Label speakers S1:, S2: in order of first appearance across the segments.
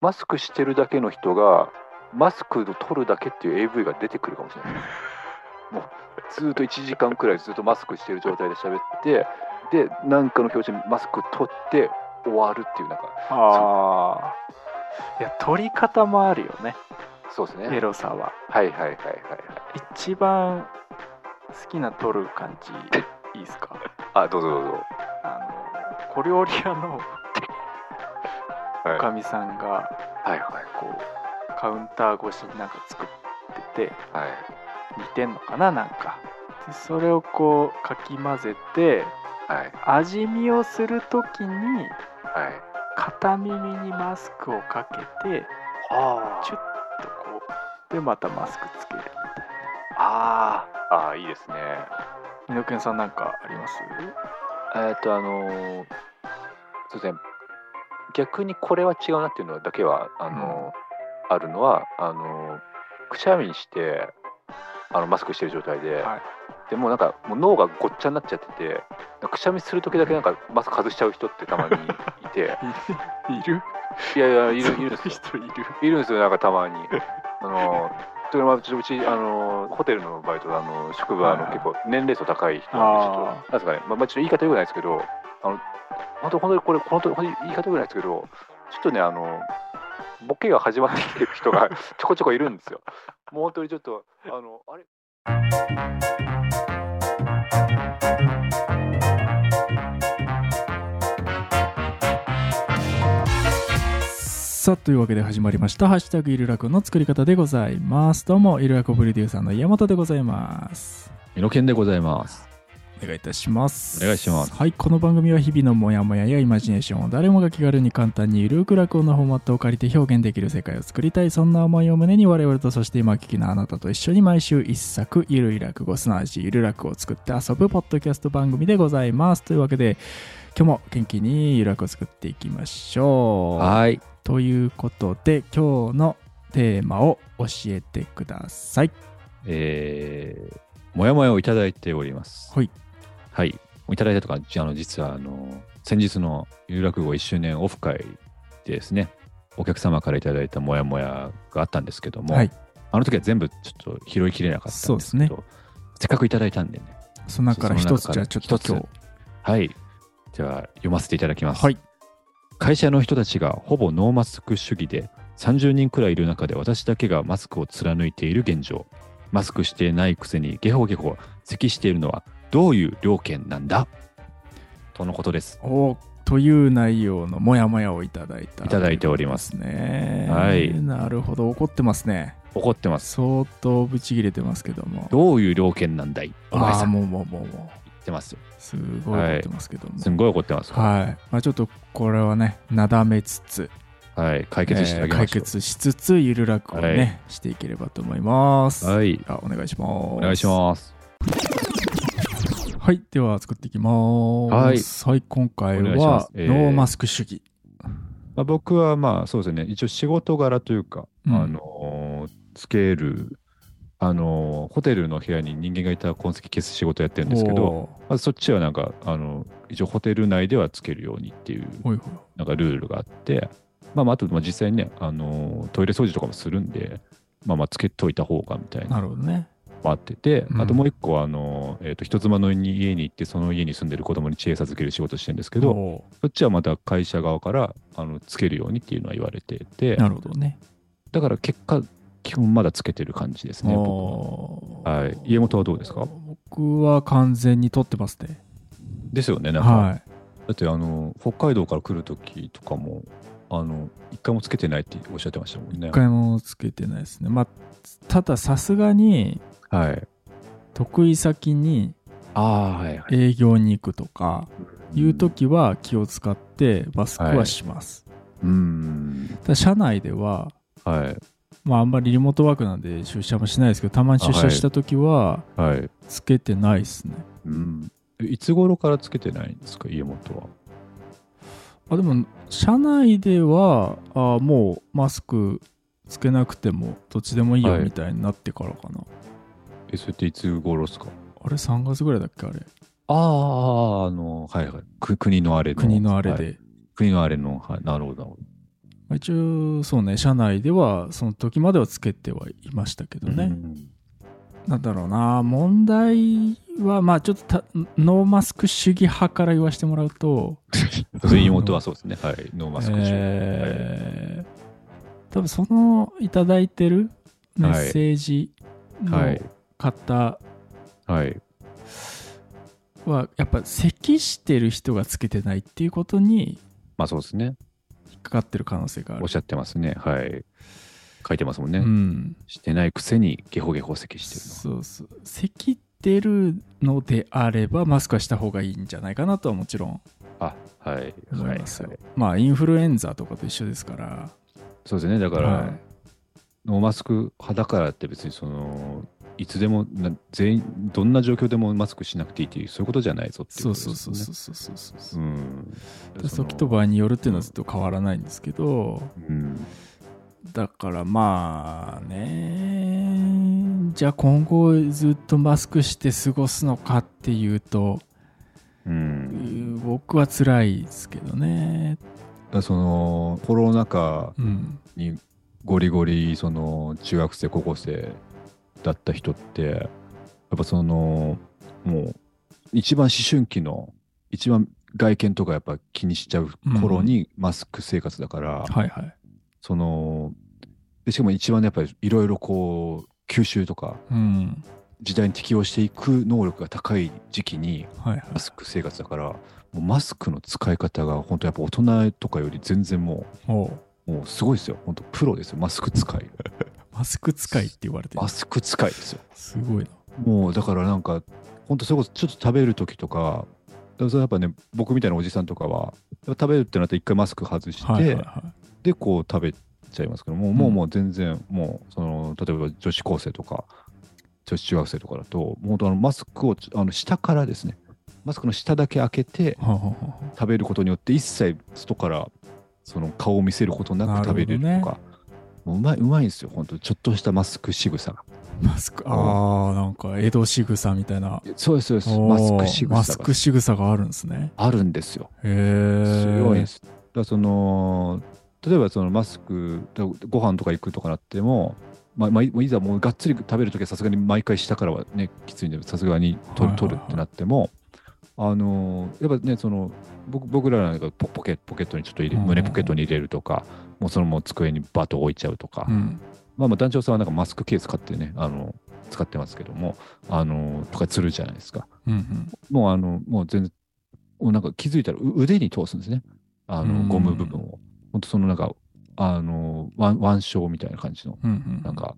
S1: マスクしてるだけの人がマスクを取るだけっていう AV が出てくるかもしれないもうずっと1時間くらいずっとマスクしてる状態で喋ってで何かの表紙にマスク取って終わるっていうなんか
S2: ああいや取り方もあるよね
S1: そうですね
S2: エロさは
S1: はいはいはいはい
S2: 一番好きな撮る感じいいです か
S1: はいあどうぞどうぞ
S2: あの小料理屋の
S1: はい
S2: おかみさんが
S1: はいはい
S2: こうカウンター越しになんか作ってて
S1: はい
S2: 似てんのかななんかでそれをこうかき混ぜて
S1: はい
S2: 味見をする時に
S1: はい
S2: 片耳にマスクをかけて
S1: あ
S2: チュッとこうでまたマスクつけるみたい
S1: あーあーいいですね
S2: な猪木さんなんかあります
S1: えーっとあのーそうですね逆にこれは違うなっていうのだけはあのーあるのはあのーくしゃみしてあのマスクしてる状態で、
S2: はい
S1: でもうなんかもう脳がごっちゃになっちゃっててくしゃみする時だけなんかマスク外しちゃう人ってたまにい て
S2: いる
S1: いやいやい
S2: い
S1: るいるんですよ
S2: 人いる
S1: いるんですよ、なんかたまに。あのそれもうちうちあのホテルのバイトであの職場の
S2: はいはい
S1: 結構年齢層高い人なん
S2: あ
S1: でちょっとなんですかね、まあ、まあちょっと言い方よくないですけどあの本当本当にこれ本当に言い方よくないですけどちょっとねあのボケが始まってきてる人が ちょこちょこいるんですよ。もう本当にちょっとあのあれ
S3: さあというわけで始まりました「ハッシュタグイルラクの作り方」でございますどうもイルラクプロデューサーの山本でございます
S4: ミノケンでございます。
S3: お願いいたします
S4: お願いします
S3: はいこの番組は日々のモヤモヤやイマジネーションを誰もが気軽に簡単にゆるく楽音のフォーマットを借りて表現できる世界を作りたいそんな思いを胸に我々とそして今聞きのあなたと一緒に毎週一作ゆるい落語すなわちゆる落語を作って遊ぶポッドキャスト番組でございますというわけで今日も元気にゆる落語を作っていきましょう
S4: はい。
S3: ということで今日のテーマを教えてください
S4: えー、もやもやをいただいております。
S3: はい。
S4: はい。いただいたとか、じあの、実は、あの、先日の有楽号1周年オフ会でですね、お客様からいただいたもやもやがあったんですけども、
S3: はい
S4: あの時は全部ちょっと拾いきれなかったんですけど、
S3: そう
S4: せっかくいただいたんでね。
S3: その中から一つ
S4: そうそ
S3: じゃ
S4: の
S3: あち
S4: 中
S3: ょ
S4: から
S3: っと今日
S4: はい。じゃあ、読ませていただきます。
S3: はい
S4: 会社の人たちがほぼノーマスク主義で30人くらいいる中で私だけがマスクを貫いている現状マスクしてないくせにゲホゲホ咳しているのはどういう了見なんだとのことです
S3: おという内容のモヤモヤをいただいた
S4: いただいております
S3: ということですね
S4: はい
S3: なるほど怒ってますね
S4: 怒ってます
S3: 相当ブチ切れてますけども
S4: どういう了見なんだいお前
S3: あ
S4: さ
S3: あ
S4: ん言
S3: もうもうもうも
S4: ってますよ
S3: うすごい怒ってますけども
S4: すんごい怒ってますは
S3: はい、まあ、ちょっとこれはねなだめつつ
S4: い、解決してあげ
S3: え
S4: ま
S3: ー解
S4: しょう、
S3: 決しつつゆるらくをね、
S4: は
S3: していければと思います、
S4: はい
S3: あお願いします
S4: お願いします
S3: はい、では作っていきます。はい、今回
S4: お願いしま
S3: は
S4: すえー
S3: ノーマスク主義。
S4: まあ、僕はまあそうですね一応仕事柄というか、
S3: うん
S4: あのースケールあのーホテルの部屋に人間がいた痕跡消す仕事やってるんですけど、
S3: お
S4: まあ、そっちはなんかあの一応ホテル内ではつけるようにっていう
S3: ーおいほ
S4: なんかルールがあって、まあ、まああとまあ実際にねあのートイレ掃除とかもするんで、まあ、まあつけといた方がみたい
S3: い
S4: な
S3: なるほどね。
S4: もあってて、
S3: うん
S4: あともう一個あのー、えー、と人妻の家に行ってその家に住んでる子供に知恵授ける仕事してるんですけど、
S3: お
S4: そっちはまた会社側からあのつけるようにっていうのは言われてて
S3: ーなるほどね。
S4: だから結果基本まだつけてる感じですね僕は
S3: おー
S4: はい家元はどうですか
S3: 僕は完全に取ってますね。
S4: ですよねなんか、
S3: は
S4: だってあの北海道から来る時とかもあの一回もつけてないっておっしゃってましたもん
S3: い。
S4: ね
S3: 一回もつけてないですね。まあ、たださすがに
S4: はい
S3: 得意先に
S4: ああはいは
S3: 営業に行くとかいう
S4: と
S3: 時は気を使ってマスクはします。
S4: うん
S3: ただ社内では
S4: はい
S3: まあ、あんまりリモートワークなんで出社もしないですけどたまに出社した時は
S4: はい
S3: つけてないですね、
S4: うんいつ頃からつけてないんですか家元は
S3: あでも社内ではあもうマスクつけなくてもどっちでもいいよ
S4: はい
S3: みたいになってからかな、
S4: えそれっていつ頃ですか
S3: あれ3月ぐらいだっけあれ
S4: あああのはいはいく国のあれの
S3: 国のあれ
S4: はい
S3: で
S4: 国のあれの、はい、なるほどなるほど。
S3: まあ一応そうね社内ではその時まではつけてはいましたけどね、
S4: うん
S3: なんだろうな問題はまあちょっとたノーマスク主義派から言わせてもらうと
S4: そういう妹はそうですね。はい。ノーマスク主義。
S3: えー多分そのいただいてるメッセージ
S4: は
S3: の
S4: い。
S3: 方
S4: はい。はい。
S3: はやっぱ咳してる人がつけてないっていうことに
S4: まあそうですね。
S3: 引っかかってる可能性がある
S4: おっしゃってますね。はい。書いてますもんね。
S3: うん、
S4: してないくせにゲホゲホ咳してるの。
S3: そうそう咳ってるのであればマスクはした方がいいんじゃないかなとはもちろん
S4: あ、はい。
S3: 思
S4: はいい。
S3: ますよ、
S4: はい
S3: まあインフルエンザとかと一緒ですから
S4: そうですね。だから、
S3: はい
S4: ノーマスク派だからって別にその、いつでもな全員、どんな状況でもマスクしなくていいっていう、そういうことじゃないぞっていう
S3: そ
S4: こ
S3: う
S4: とですよ
S3: そう
S4: ね。。
S3: そうそうそうそうそうそううんで
S4: その
S3: 時と場合によるっていうのはずっと変わらないんですけど
S4: うん。
S3: だからまあねじゃあ今後ずっとマスクして過ごすのかっていうと
S4: うん。
S3: 僕は辛いですけどね
S4: その、コロナ禍
S3: うん
S4: にゴリゴリその中学生高校生だった人ってやっぱそのもう一番思春期の一番外見とかやっぱ気にしちゃう頃にマスク生活だから、
S3: はいはい
S4: そのでしかも一番やっぱりいろいろこう吸収とか
S3: うん
S4: 時代に適応していく能力が高い時期に
S3: はいはい
S4: マスク生活だからもうマスクの使い方が本当やっぱ大人とかより全然も
S3: おう
S4: うもうすごいですよ本当プロですよマスク使い。
S3: マスク使いって言われてる
S4: マスク使いですよ。
S3: すごいな
S4: もうだからなんか、本当それこそちょっと食べる時とか、だからそれやっぱね、僕みたいなおじさんとかは、食べるってなったら一回マスク外して、
S3: はいはいは
S4: で、こう食べちゃいますけど、もう、もう、もう全然、もう、その、例えば女子高生とか、女子中学生とかだと、もう本当あのマスクをちょあの下からですね、マスクの下だけ開けて
S3: いはあはあはあ
S4: 食べることによって、一切外からその顔を見せることな
S3: なる
S4: く
S3: ほど
S4: 食
S3: ね
S4: べれるとか、もううまい、うまいんですよ、本当ちょっとしたマスク仕草が。
S3: マスクああなんか江戸仕草みたいな
S4: そうです、そうです。
S3: おー
S4: マスク仕草が
S3: マスク仕草があるんですね
S4: あるんですよ。
S3: へえ
S4: 強いんです。だからその例えばそのマスクだご飯とか行くとかなっても、まあまあ、いいざもうがっつり食べるときはさすがに毎回下からはねきついんでさすがに取
S3: はいはいは
S4: る
S3: い
S4: 取るってなっても。あのやっぱねその僕僕らなんかポポケポケットにちょっと入れ
S3: うんうん
S4: 胸ポケットに入れるとか、もうそのまま机にバッと置いちゃうとか、
S3: うん
S4: まあまあ団長さんはなんかマスクケース買ってねあの使ってますけどもあのとかするじゃないですか
S3: うんうん
S4: もうあの、もう全然、もうなんか気づいたらう腕に通すんですね。あ
S3: う
S4: の、
S3: ん
S4: ゴム部分を。ほんとそのなんか、あの、腕腕章みたいな感じの、
S3: うんうん
S4: なんか、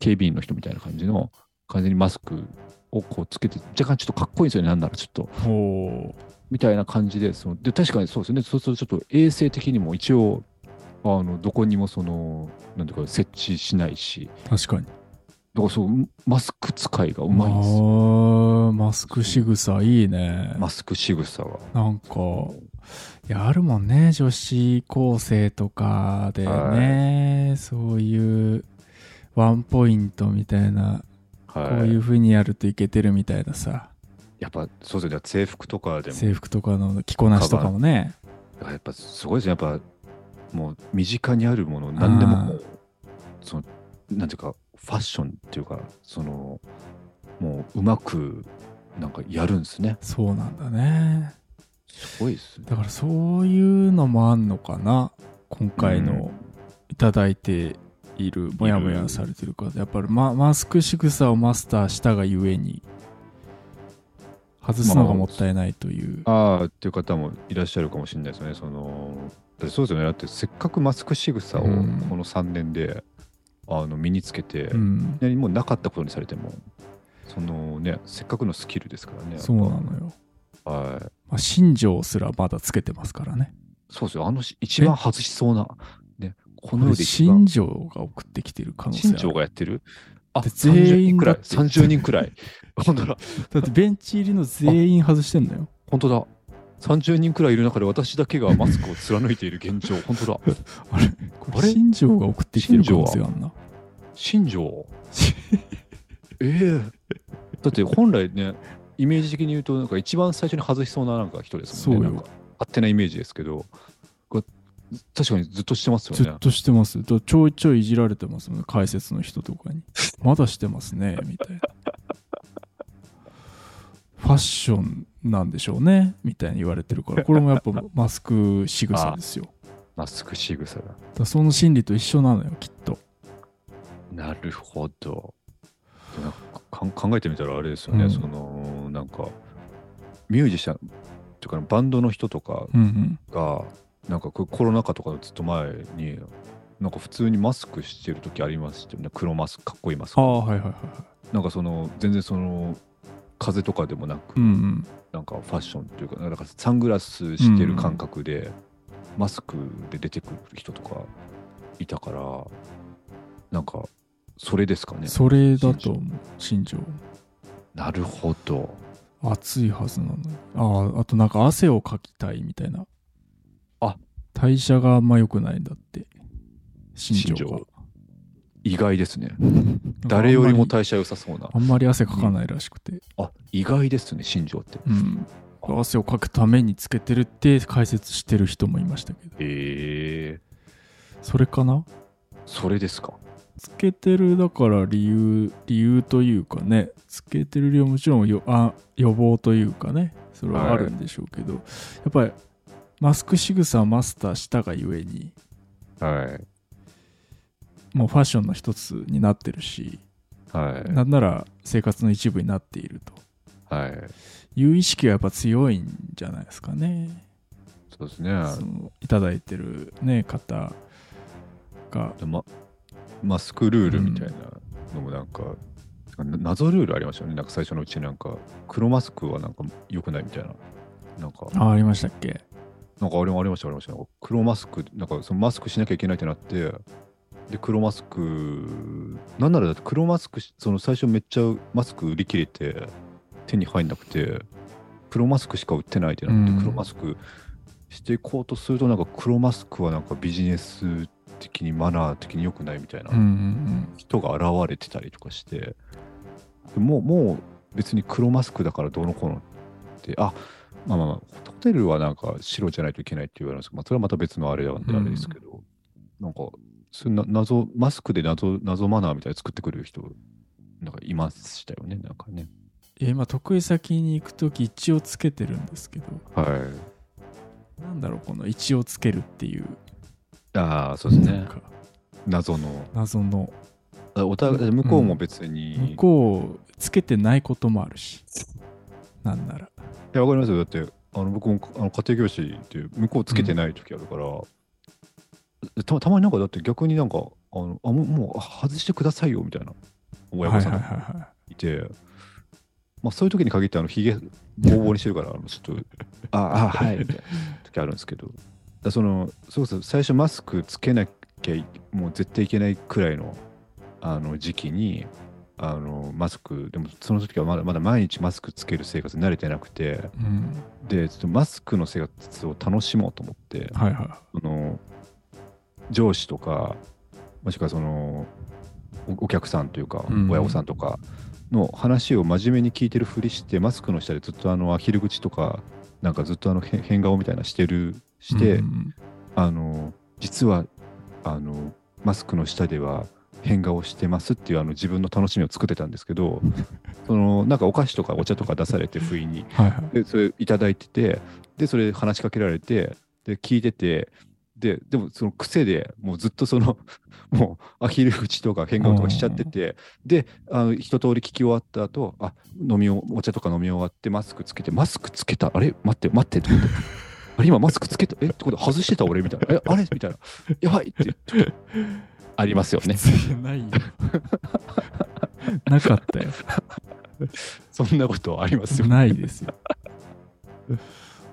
S4: 警備員の人みたいな感じの、完全にマスクをこうつけて、若干ちょっとかっこいいんですよね、なんならちょっと。
S3: ほ
S4: みたいな感じで、そので確かにそうですね、そうするとちょっと衛生的にも一応、あのどこにもその、なんていうか、設置しないし、
S3: う確かに
S4: だからそう、マスク使いがう
S3: う
S4: まいんですよ。
S3: マスク仕草いいね
S4: マスク仕草が。
S3: なんかいやあるもんね女子高生とかでねそういうワンポイントみたいな
S4: は
S3: こういう風にやるといけてるみたいなさ
S4: やっぱそうですよね制服とかでも
S3: 制服とかの着こなしとかもね
S4: やっぱすごいですねやっぱもう身近にあるもの何でももうそのなんていうかファッションっていうかそのもううまくなんかやるんですね
S3: そうなんだね
S4: すごいですね
S3: だからそういうのもあんのかな今回
S4: うん
S3: のいただいているモヤモヤされてる方やっぱりママスク仕草をマスターしたがゆえに外すのがもったいないという、
S4: ああっていう方もいらっしゃるかもしれないですよねそのだってそうですよねだってせっかくマスク仕草をこ
S3: うん
S4: の3年で、あの身につけて、
S3: うん、
S4: 何もなかったことにされてもそのねせっかくのスキルですからねやっぱ
S3: そうなのよ、
S4: はい
S3: まあ、新庄すらまだつけてますからね
S4: そうですよ。あのし一番外しそうな、ね、この世で一
S3: 新
S4: 番
S3: 庄が送ってきてる可能性
S4: 新
S3: あ
S4: 庄
S3: る
S4: がやってるあ、
S3: で
S4: 30
S3: 全員
S4: 人くらい。
S3: だって
S4: 30人く らい。本当だ。
S3: だってベンチ入りの全員外してんのよ
S4: 本当だ。30人くらいいる中で私だけがマスクを貫いている現状。本当だ。
S3: あれ
S4: あれ
S3: 新庄が送ってきてる可能性あんな
S4: 新 庄。ええだって本来ね、イメージ的に言うと、なんか一番最初に外しそうななんか人ですもんね。
S3: そうよ
S4: なんか勝手なイメージですけど、こう確かにずっとしてますよ
S3: ず
S4: ね
S3: っ。としてますとちょいちょいいじられてますもんね解説の人とかにまだしてます ねみたいなファッションなんでしょうねみたいに言われてるからこれもやっぱマスク仕草ですよ
S4: マスク仕草が。
S3: だからその心理と一緒なのよきっと、
S4: なるほど。でもなんかかん考えてみたらあれですよね、
S3: うん
S4: そのなんかミュージシャンとかバンドの人とか
S3: うんうん、
S4: がなんかこうコロナ禍とかのずっと前になんか普通にマスクしてる時ありましたよね黒マスクかっこいいマス
S3: あ
S4: ク
S3: あはいはいはいはい
S4: なんかその全然その風邪とかでもなく、
S3: うんうん
S4: なんかファッションっていうかなんかサングラスしてる感覚で、マスクで出てくる人とかいたからなんかそれですかね
S3: それだと思う新庄
S4: なるほど
S3: 暑いはずなのにあああとなんか汗をかきたいみたいな
S4: あ
S3: 代謝があんま良くないんだって新
S4: 新
S3: 庄が
S4: 庄意外ですね 誰よりも
S3: 大
S4: 代謝良さそうな
S3: あんまり汗かかないらしくて、
S4: あ意外ですね新庄って
S3: うん、汗をかくためにつけてるって解説してる人もいましたけど
S4: ええ
S3: それかな
S4: それですか
S3: つけてるだから理由理由というかねつけてる理由はもちろんよあ予防というかねそれはあるんでしょうけど、やっぱりマスク仕草をマスターしたがゆえに
S4: はい
S3: もうファッションの一つになってるし
S4: はい
S3: なんなら生活の一部になっていると
S4: はい
S3: いう意識がやっぱ強いんじゃないですかね。
S4: そうですね
S3: そのいただいてる、ね、方が
S4: でまマスクルールみたいなのもなんか、な謎ルールありましたよねなんか最初のうちなんか黒マスクはなんか良くないみたいななんか
S3: あありましたっけ
S4: なんかあれもありましたありましたなんか黒マスクなんかそのマスクしなきゃいけないってなってで黒マスクなんならだって黒マスクしその最初めっちゃマスク売り切れて手に入んなくて黒マスクしか売ってないってなっ
S3: うん
S4: て黒マスクしていこうとするとなんか黒マスクはなんかビジネス的にマナー的に良くないみたいな
S3: うんうん
S4: 人が現れてたりとかしてでもうもう別に黒マスクだからどうのこうのってあまあまあまあホテルはなんか白じゃないといけないって言われますけど、まあ、それはまた別のあれなんで
S3: うん
S4: あれですけど、なんかそういうな謎マスクで謎謎マナーみたいなの作ってくる人なんかいましたよねなんかね
S3: うん、今得意先に行く時一応つけてるんですけど
S4: はい
S3: なんだろうこの一応つけるっていう
S4: ああそうです
S3: なん
S4: ね
S3: か
S4: 謎の
S3: 謎の
S4: あお互い向こうも別に、
S3: 向こうつけてないこともあるしなんなら
S4: いや、わかりますよ。だって、あの僕もあの家庭教師って向こうつけてない時あるから、たたまになんかだって逆になんか、あのあもうもうあ外してくださいよみたいな親
S3: は
S4: 御
S3: い
S4: さ
S3: はい
S4: ん
S3: はい
S4: が
S3: はい
S4: て、まあ、そういう時に限って、あのひげボーボーにしてるから、あのちょっと、ああ、はい、みたいな 時あるんですけど、だからその、そうそう、最初マスクつけなきゃい、もう絶対いけないくらいのあの時期に、あのマスク、でもその時はまだまだ毎日マスクつける生活に慣れてなくて、
S3: い、うん、
S4: でちょっとマスクの生活を楽しもうと思って
S3: はいは
S4: その上司とかもしくはそのおお客さんというか
S3: うん
S4: 親御さんとかの話を真面目に聞いてるふりしてマスクの下でずっとあのアヒル口とかなんかずっとあのへ変顔みたいなしてる
S3: い
S4: して、
S3: うん
S4: あの実はあのマスクの下では変顔してますっていうあの自分の楽しみを作ってたんですけどそのなんかお菓子とかお茶とか出されて不意に
S3: はいはい
S4: でそれいただいててでそれ話しかけられてで聞いててででもその癖でもうずっとその もうアヒル口とか変顔とかしちゃっててであの一通り聞き終わった後あ飲みおお茶とか飲み終わってマスクつけてマスクつけたあれ待って待ってってことあれ今マスクつけたえってこと外してた俺みたいなえあれみたいなやばいってちょっとありますよ ね
S3: つけな いよなかったよ
S4: そんなことありますよね
S3: ないで すよ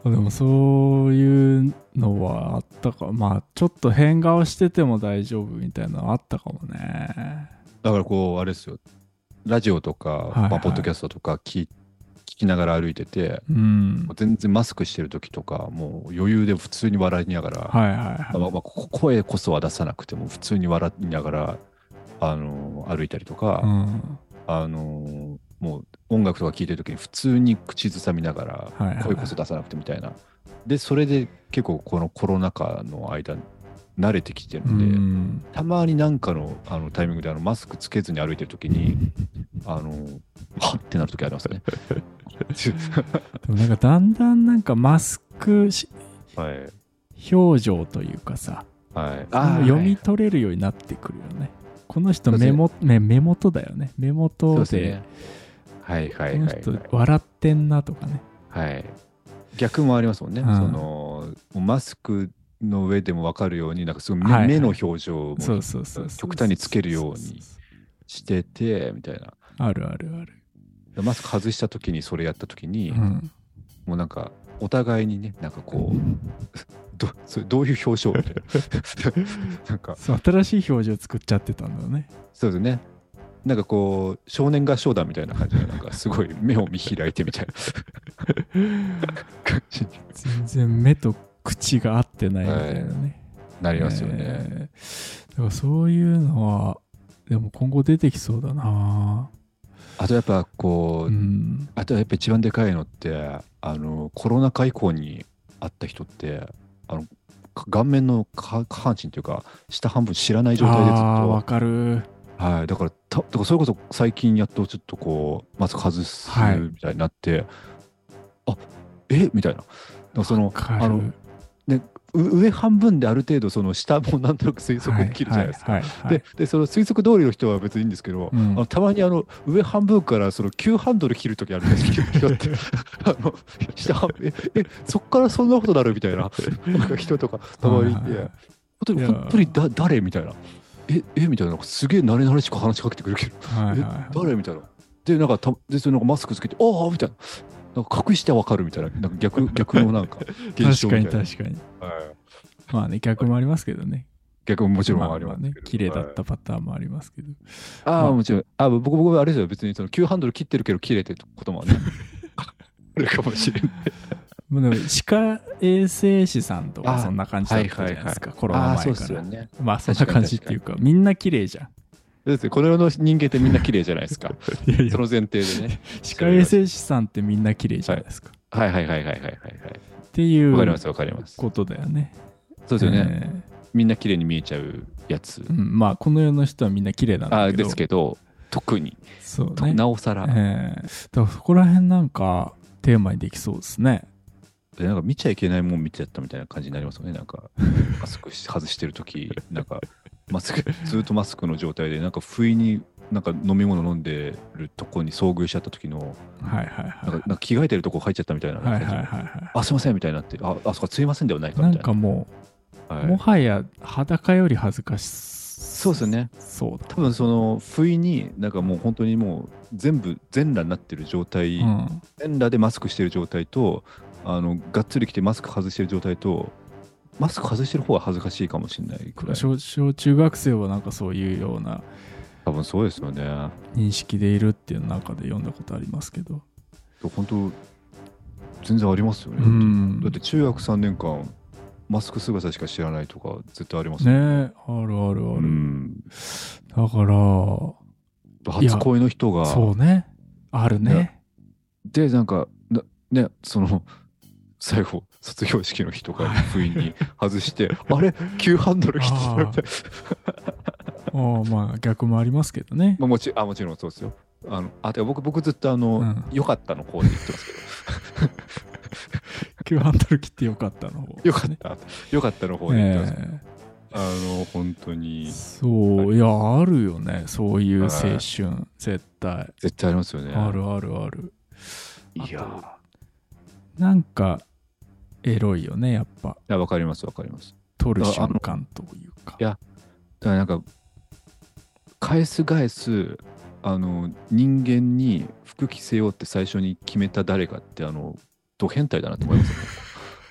S3: でもそういうのはあったかまあちょっと変顔してても大丈夫みたいなのあったかもね
S4: だからこうあれですよラジオとか、
S3: いはい
S4: まあ、ポッドキャストとか聞聞きながら歩いてて
S3: うん
S4: もう全然マスクしてる時とかもう余裕で普通に笑いながら、
S3: はいはいはい
S4: まあまあこ声こそは出さなくても普通に笑いながら、あのー歩いたりとか、
S3: うん
S4: あのーもう音楽とか聴いてる時に普通に口ずさみなが
S3: はいはいは
S4: ら
S3: い
S4: 声こそ出さなくてみたいなでそれで結構このコロナ禍の間慣れてきてる
S3: うん
S4: で、
S3: ん
S4: たまになんかのあのタイミングであのマスクつけずに歩いてる時にあのはっってなる時ありますよね。
S3: でもなんかだんだんなんかマスクし
S4: はい
S3: 表情というかさ
S4: はい、
S3: 読み取れるようになってくるよねこの人
S4: そうです
S3: 目
S4: ね
S3: も、ね、目元だよね目元
S4: そ
S3: で
S4: うですね。はいはい
S3: こ
S4: は
S3: の
S4: い、
S3: 人笑ってんなとかね
S4: はいはい。逆もありますもんね。
S3: うん
S4: そのマスクの上でも分かるようになんかすごい目,、
S3: はいはい
S4: の表情も
S3: そうそうそうそう
S4: 極端につけるように
S3: そそ
S4: しててみたいな。
S3: そうあるあるある、
S4: マスク外した時にそれやった時に、
S3: うん、
S4: もうなんかお互いにねなんかこうどそれどういう表情みたいななんか
S3: そう新しい表情作っちゃってたんだよね
S4: そうですね。なんかこう少年合唱団みたいな感じでなんかすごい目を見開いてみたい な感じに
S3: 全然目と口が合ってないみたいなね、
S4: なりますよね。
S3: えーだからそういうのはでも今後出てきそうだな
S4: あとやっぱこう、
S3: うん
S4: あとやっぱ一番でかいのってあのコロナ禍以降にあった人ってあのか顔面の下下半身というか下半分知らない状態でずっと
S3: あーわかる
S4: はい、だからただからそれこそ最近やっとちょっとこうマスク外す
S3: はい
S4: みたいになって、あえみたいなだからその
S3: わかる
S4: あのう上半分である程度その下もなんとなく推測できるじゃないですか。
S3: はいはいはいはい
S4: ででその推測通りの人は別にいいんですけど、
S3: うん
S4: あのたまにあの上半分からその急ハンドル切るときあるんです よ人ってあの下半分ええそっからそんなことなるみたい ななんか人とかたまにいて
S3: はいはいはい
S4: 本当に
S3: いやー
S4: 本当にだ誰みたいなええみたいななんかすげえ慣れ慣れしく話しかけてくるけど
S3: はいはいはい
S4: え誰みたいな。で、なんかたでそれなんかマスクつけて、ああみたいな。なんか隠してわかるみたいな、なんか 逆逆のなんか現象
S3: 確
S4: み
S3: か
S4: たい
S3: に
S4: な。
S3: 確かに
S4: はい
S3: まあね逆もありますけどね
S4: 逆もも
S3: も
S4: ちろんありますけど、
S3: ね綺麗だっ
S4: はい
S3: たパターンもありますけど
S4: あ
S3: まあ
S4: あ、もちろん。あ僕、僕、あれですよ。別にその急ハンドル切ってるけど切れてることもある。 あるかもしれない。
S3: まあでも歯科衛生士さんとか
S4: あ
S3: そんな感じだったじゃないですかコロナ
S4: ああ、そ
S3: 前
S4: うで
S3: か
S4: すよ
S3: ら
S4: ね。
S3: まあそんな感じっていうかみんな綺麗じゃん
S4: だってこの世の人間ってみんな綺麗じゃ ないですか。
S3: いやいや
S4: その前提でね。
S3: 歯科衛生士さんってみんな綺麗じゃないですか、
S4: はいはいはいはいはいはいはい。
S3: ってい
S4: わかります
S3: う
S4: わかります。
S3: ことだよね
S4: そうですよね。
S3: え
S4: みんな綺麗に見えちゃうやつ
S3: ー。うんまあこの世の人はみんな綺麗なん
S4: あ
S3: だ
S4: あ、
S3: けど
S4: ですけど、特に。
S3: そう
S4: と
S3: ね
S4: なおさら。
S3: ええだからそこら辺なんかテーマにできそうですね
S4: でなんか見ちゃいけないもん見ちゃったみたいな感じになりますよね。なん か、マスクし外してるとき、なんか、マスク、 ずっとマスクの状態で、なんか、不意に、なんか飲み物飲んでるとこに遭遇しちゃった時の、
S3: はいはいは
S4: ないんか、なんか着替えてるとこ入っちゃったみたいな
S3: は
S4: 感
S3: い
S4: じで。
S3: はいはい
S4: あ、すいませんみたいになって、あ、あそこすいませんではないか
S3: はいな
S4: み
S3: ん
S4: たいな。
S3: かもう、
S4: はい
S3: もはや裸より恥ずかし
S4: そうですよね。
S3: そうだ
S4: 多分その、不意になんかもう本当にもう、全部、全裸になってる状態、
S3: うん
S4: 全裸でマスクしてる状態と、あの、がっつり着てマスク外してる状態と、マスク外してる方が恥ずかしいかもしれないくらい。
S3: 小小中学生はなんかそういうような
S4: 多分そうですよね。
S3: 認識でいるっていう中で読んだことありますけど
S4: 本当全然ありますよね。
S3: うん
S4: だって中学3年間マスク姿しか知らないとか絶対あります
S3: ね
S4: よ
S3: えあるあるあ
S4: う
S3: る、
S4: ん、
S3: だから
S4: 初恋の人が
S3: そうねあるね
S4: でなんかなねその最後卒業式の日とかに不意に外して あれ急ハンドル切ってたみたいな
S3: あーまあ逆もありますけどね
S4: まあもちあもちろんそうですよ。あのあてか僕僕ずっとあの、
S3: うん
S4: よかったの方で言って ますけど
S3: 急ハンドル切ってよかったの方、ね、
S4: よかったよかったの方で言ってますけど、
S3: え
S4: あの本当
S3: え
S4: に
S3: そういやあるよねそういう青
S4: はい
S3: 春絶対
S4: 絶対ありますよね。
S3: あるあるある
S1: いや
S3: あなんかエロいよねやっぱ
S4: いやわかりますわかります。
S3: 撮る瞬間というか
S4: いやだからなんか返す返すあの人間に服着せようって最初に決めた誰かってあのド変態だなと思います よね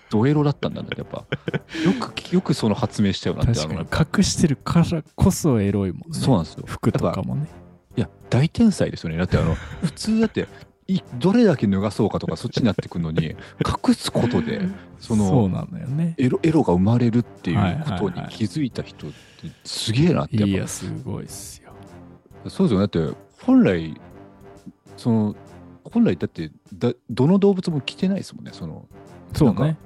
S4: ドエロだったんだねやっぱよくよくその発明したよなって
S3: 確か
S4: あの
S3: に隠してるからこそエロいもんね
S4: そうなんですよ
S3: 服とかもね
S4: いや大天才ですよねだってあの普通だっていどれだけ脱がそうかとかそっちになってくるのに隠すことで その
S3: そうなのよね
S4: エロエロが生まれるってい
S3: はいうはい
S4: こと
S3: は
S4: に
S3: い
S4: 気づいた人ってすげえなってやっ
S3: い
S4: ぱ
S3: やすごいっすよ
S4: そうですよねだって本来その本来だってだどの動物も着てないですもんねその
S3: そう
S4: なん
S3: ね
S4: か。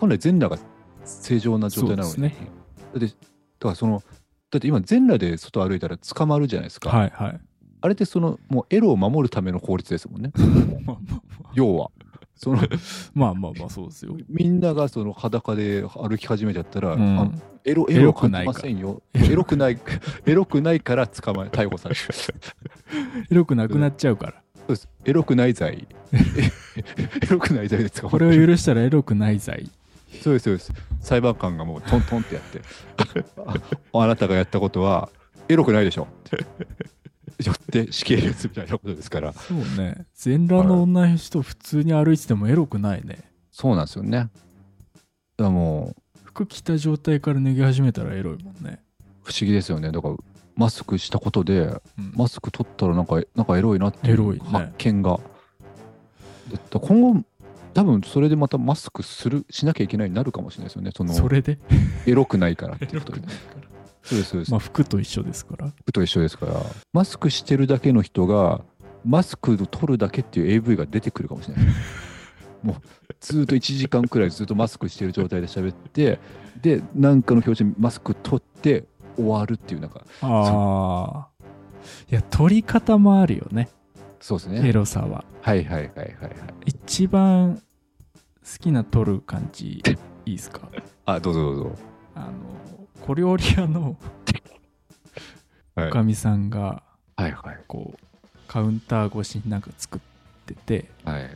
S4: 本来全裸が正常な状態なの
S3: そう
S4: に、
S3: です
S4: だってだからそのだって今全裸で外歩いたら捕まるじゃないですか、
S3: はいはい。
S4: あれってそのもうエロを守るための法律ですもんね
S3: まあまあまあ
S4: 要はその
S3: まあまあまあ、そうですよ。
S4: みんながその裸で歩き始めちゃったら、
S3: うん
S4: あのエロエ
S3: エロ
S4: ロ
S3: く
S4: く
S3: な
S4: ないい
S3: か
S4: ませんよエロく ないエロくないから捕まえ逮捕される
S3: 広くなくなっちゃうから。
S4: そうですエロくない罪 エロくない罪で捕ま
S3: これ
S4: る
S3: を許したらエロくない罪。
S4: そうですそうです裁判官がもうトントンってやって ああなたがやったことはエロくないでしょってよって死刑ですみたいなことですから
S3: そうね。全裸の女の人、普通に歩いててもエロくないね。
S4: そうなんですよねだからもう
S3: 服着た状態から脱ぎ始めたらエロいもんね。
S4: 不思議ですよねだからマスクしたことで
S3: うん
S4: マスク取ったらなんかなんかエロいなってい
S3: エロいね
S4: う発見が、だから今後多分それでまたマスクするしなきゃいけないようになるかもしれないですよねその
S3: それで
S4: エロくないからって
S3: エ
S4: いう
S3: ロ
S4: こ
S3: く
S4: とで
S3: ないから。
S4: そうですそうです、
S3: まあ、服と一緒ですから。
S4: 僕と一緒ですからマスクしてるだけの人がマスクを取るだけっていう AV が出てくるかも しれないもうずっと1時間くらいずっとマスクしてる状態で喋ってでなんかの表紙にマスク取って終わるっていうなんか
S3: ああ。いや、取り方もあるよね。
S4: そうです
S3: エ
S4: ね
S3: ロさは。
S4: はいはいはいはいはい
S3: 一番好きな取る感じ、いいで すか
S4: あどうぞどうぞ
S3: あの、小料理屋の
S4: はい
S3: おかみさんが、
S4: はいはい
S3: こう、カウンター越しになんか作ってて、
S4: はい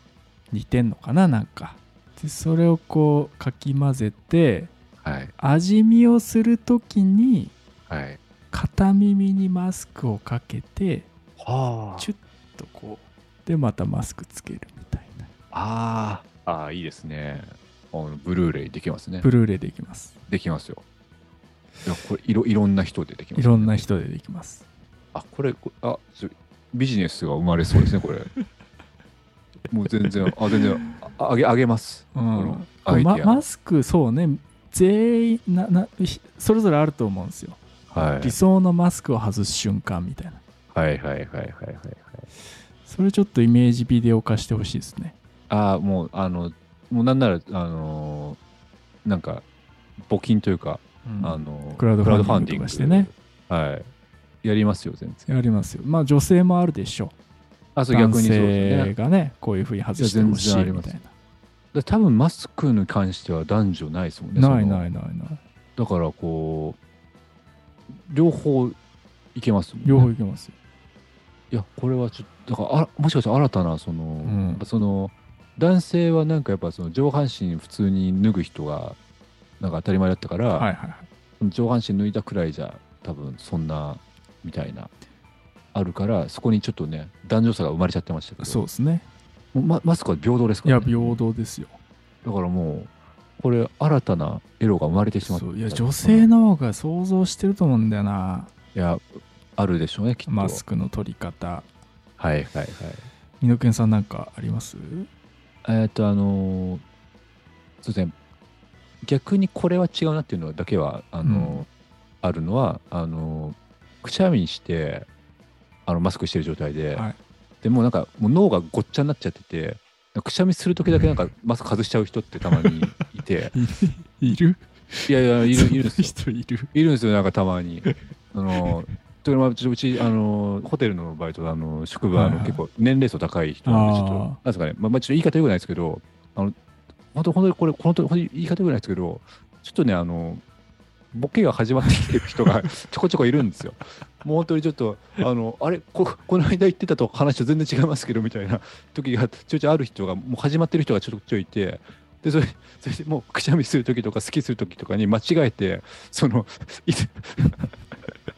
S3: 似てんのかななんか。で、それをこう、かき混ぜて、
S4: はい
S3: 味見をするときに、
S4: はい
S3: 片耳にマスクをかけて、
S4: は
S3: チュッとこう、で、またマスクつけるみたいな。
S4: あーあーいいですねあのブルーレイできますね
S3: ブルーレイできます。
S4: できますよいやこれいろいろんな人でできます
S3: い
S4: ね
S3: ろんな人でできます。
S4: あこれこあちょビジネスが生まれそうですねこ れもう全然あ全然ああげあげます、
S3: う
S4: こ
S3: ん
S4: の、アイデ
S3: ま
S4: ィア、
S3: マスク、そうね、全員なな、ひそれぞれあると思うんですよ。
S4: はい、
S3: 理想のマスクを外す瞬間みたいな。
S4: はいはいはいはいはいはい
S3: それちょっとイメージビデオ化してほしいですね。
S4: あもうあのもうなんならあのーなんか募金というか、
S3: うん
S4: あの
S3: クラウドファンディングとかしてね
S4: クラウドファンディングはいやりますよ全然
S3: やりますよ。まあ女性もあるでしょ
S4: あ
S3: う。
S4: そう
S3: 男
S4: 逆にそうです
S3: 性
S4: ね
S3: がね、こういうふうに外してほしいみたい
S4: だ多分マスクに関しては男女ないですもんね
S3: な。ない
S4: その
S3: ないないない。
S4: だからこう両方いけますもんね
S3: 両方いけますよ。
S4: いやこれはちょっとだからあらもしかしたら新たなその、
S3: ん
S4: やっぱその男性はなんかやっぱその上半身普通に脱ぐ人がなんか当たり前だったから、
S3: はいはいはい。
S4: 上半身脱いだくらいじゃ多分そんなみたいなあるからそこにちょっとね男女差が生まれちゃってましたけど
S3: そうですね。
S4: もうママスクは平等です
S3: い
S4: から、
S3: や、
S4: ね、
S3: 平等ですよ。
S4: だからもうこれ新たなエロが生まれてしまった
S3: そういや、女性の方が想像してると思うんだよな。
S4: いやあるでしょうねきっと
S3: マスクの取り方。
S4: はいはいはい
S3: 美濃健さんなんかあります
S4: えっとあのーそうですね逆にこれは違うなっていうのだけはあのー
S3: う
S4: あるのはあのーくしゃみしてあのマスクしてる状態で、
S3: はい
S4: でもうなんかもう脳がごっちゃになっちゃっててくしゃみする時だけなんかマスク外しちゃう人ってたまにいて
S3: い る
S4: いやいやいるいるんですよ
S3: 人いる。
S4: いるんですよなんかたまに。あのーというのもうちうちあのーホテルのバイトあのー職場
S3: はい
S4: の
S3: はい
S4: 結構年齢層高い人なんで
S3: あー
S4: ちょっとなんですかねまあまあちょっと言い方良くないですけどあの本当本当にこれ本当に本当に言い方良くないですけどちょっとねあのボケが始まってきてる人がちょこちょこいるんですよ。もう本当にちょっとあのあれここの間言ってたと話と全然違いますけどみたいな時がちょいちょいある人がもう始まってる人がちょいちょいいてでそれそれでもうくしゃみする時とか好きする時とかに間違えてそのい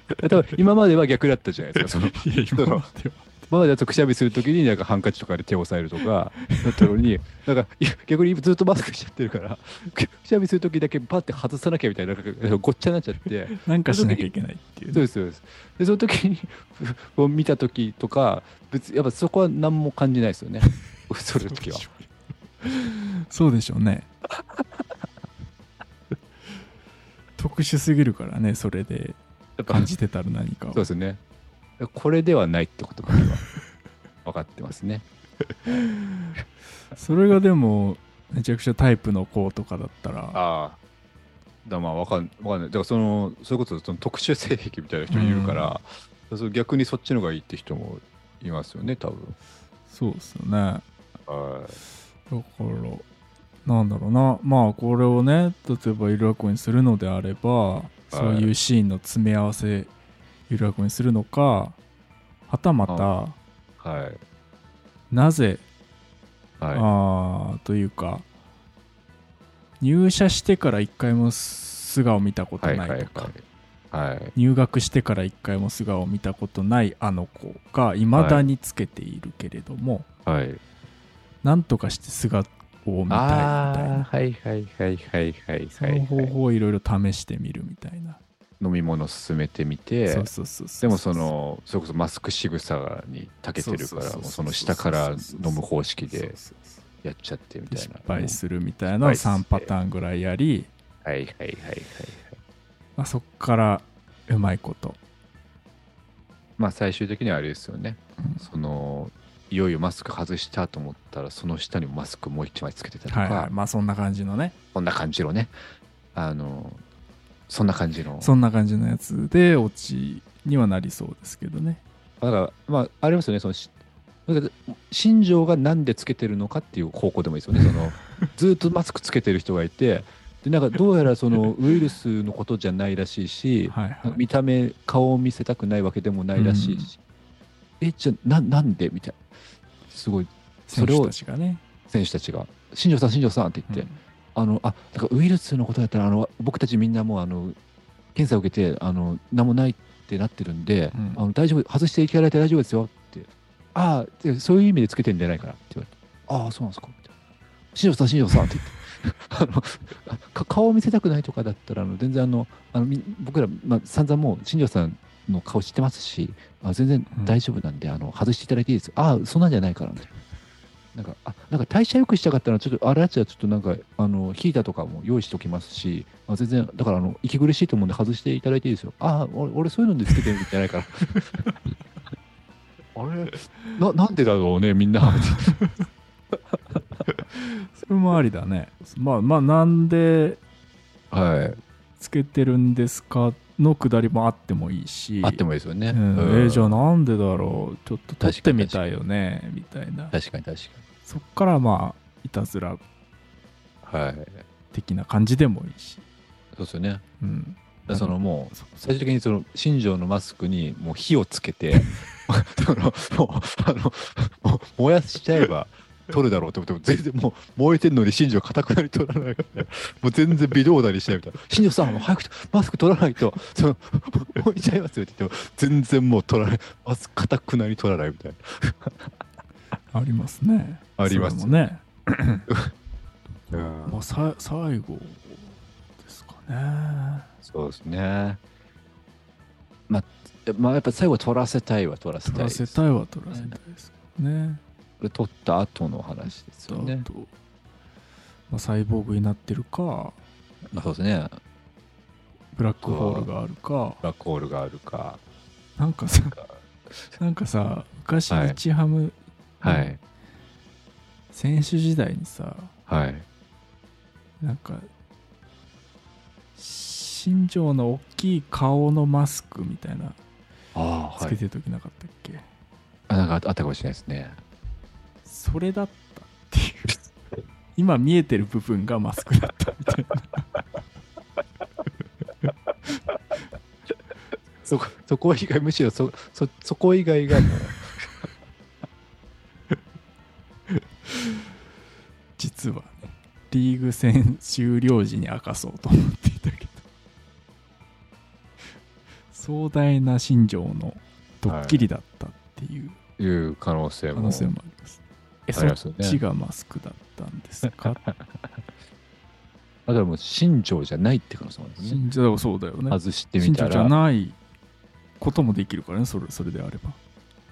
S4: 多分今までは逆だったじゃないですかその
S3: いや、今
S4: 今の今までだとくしゃみするときになんかハンカチとかで手を押さえるとかだったのになんかい逆にずっとマスクしちゃってるからくくしゃみするときだけパッて外さなきゃみたいななんかごっちゃになっちゃって
S3: なんかしなきゃいけないっていう
S4: そうで
S3: ね。
S4: すそうですでその時にを見た時とか別にやっぱそこは何も感じないです よねそれの時は
S3: そうでしょうね。特殊すぎるからね、それで
S4: やっぱ
S3: 感じてたら何かを
S4: そうですねこれではないってことが今分かってますね
S3: それがでもめちゃくちゃタイプの子とかだったら
S4: ああ。だからまあわかんわかんない。だからその、そういうことその特殊性癖みたいな人いるから、そう逆にそっちの方がいいって人もいますよね、多分。
S3: そうですよねだか
S4: は
S3: らなんだろうなまあこれをね例えばゆるあこにするのであればそういうシーンの詰め合わせゆるあこにするのかはたまた
S4: い。はい。
S3: なぜ
S4: は
S3: あーというか入社してから一回も素顔見たこ
S4: い。
S3: と
S4: はい。
S3: な
S4: はいい。
S3: とか、
S4: はい。はい。
S3: 入学してから一回も素顔を見たことないあの子がいまだにつけているけれども、
S4: はい。
S3: なんとかして素顔を見たいみたい
S4: ああ、
S3: な
S4: はいはいはいはいはい
S3: そ
S4: はい、
S3: の
S4: は
S3: 方
S4: い。
S3: 法をいろいろ試してみるみたいな、
S4: 飲み物進めてみて
S3: そう、そうそう
S4: でもその、それこそマスク仕草に長けてるから、もうその下から飲む方式
S3: そう
S4: で
S3: そうそう
S4: やっちゃってみたい
S3: 失
S4: な。
S3: 敗するみたいなのを
S4: 失敗し
S3: 3
S4: て
S3: パターンぐらいやり、
S4: はいはいはいはい。
S3: まあ、そこからうまいこと、
S4: まあ最終的にはあれですよね。その、いよいよマスク外したと思ったら、その下にもマスクもう一枚つけてたりと
S3: はいはい
S4: か、
S3: まあそんな感じのね
S4: こんな感じのね、あの、そんな感じの。
S3: そんな感じのやつでオチにはなりそうですけどね
S4: だから、まあ、ありますよね、そのし、なんか新庄がなんでつけてるのかっていう方向でもいいですよね、そ のずーっとマスクつけてる人がいて、でなんかどうやらそ のウイルスのことじゃないらしいし、
S3: はいはい
S4: 見た目、顔を見せたくないわけでもないらしいし、え、じゃあな、なんでみたいな、すごい、そ
S3: 選
S4: れ
S3: 手
S4: を
S3: たちがね、
S4: 選手たちが、新庄さん、新庄さんって言って、
S3: うん
S4: あのあだからウイルスのことだったらあの僕たちみんなもうあの検査を受けてあの何もないってなってるんで、
S3: うん
S4: あの大丈夫外していただいて大丈夫ですよってああでそういう意味でつけてんじゃないかなって言われてああそうなんですかみたいな新庄さん新庄さんって 言ってあのか顔を見せたくないとかだったらあの全然あのあのみ僕ら、まあ、散々もう新庄さんの顔知ってますしあ全然大丈夫なんで、あの外していただいていいですああそんなんじゃないからみたいな。なんか、あ、なんか代謝良くしたかったら、ちょっと、あれやつはちょっとなんか、あの、ヒーターとかも用意しておきますし、あ全然、だから、あの、息苦しいと思うんで外していただいていいですよ。あ、俺、俺そういうのでつけてるんじゃないから。 あれな、なんでだろうね、 みんな。
S3: それもありだねまあまあなんで
S4: はい。
S3: つけてるんですかのくだりもあってもいいし
S4: あってもいいですよね。
S3: うん
S4: うん
S3: えーじゃあなんでだろうちょっと撮ってみたいよねみたいな
S4: 確かに確
S3: そっからまあいたず
S4: か
S3: ら
S4: に。はい。
S3: 的な感じでもいいし、
S4: そうですよね。だか
S3: うん、
S4: らその、もう、
S3: そう
S4: 最終的にその新庄のマスクにもう火をつけ てそのもうあのもう燃やしちゃえば取るだろうと思っても全然もう燃えてんのに新庄かたくなに取らないからもう全然微動だにしないみたいな「新庄さんもう早くマスク取らないとその燃えちゃいますよ」って言っても全然もう取らないマスクかたくなに取らないみたい
S3: ありますね
S4: あります
S3: それもね
S4: な、
S3: まあ、さ最後ですかね
S4: そうですねまあまあやっぱ最後は取らせたいは取らせ
S3: 取
S4: たい
S3: ら
S4: です
S3: せたいは取らせたいですけどね
S4: 取った後の話ですよね
S3: あと、まあ、サイボーグになってるか
S4: まあそうですね
S3: ブラックホールがあるか
S4: ブラックホールがあるか。
S3: なんかさなんかさ昔
S4: はい
S3: 日ハム、
S4: はい。
S3: 選手時代にさ
S4: はい。
S3: なんか新庄の大きい顔のマスクみたいな
S4: あ
S3: つけ。てる時なかったっけ、
S4: あなんかあったかもしれないですね。
S3: それだったっていう今見えてる部分がマスクだったみたいな
S4: そこ、そこ以外、むしろそ、そ、そこ以外がもう、
S3: 実はねリーグ戦終了時に明かそうと思っていたけど壮大な新庄のドッキリだったっていう
S4: いう可能性
S3: 可
S4: も。
S3: 能性もあります、え
S4: あります
S3: そ
S4: よ
S3: っ
S4: ね
S3: ちがマスクだったんですか
S4: あだからもう、新庄じゃないって可能性もあるんですね。
S3: 新庄そうだよね
S4: 外してみ
S3: 新
S4: た
S3: 庄じゃ
S4: ら。
S3: ないこともできるからねそれそれであれば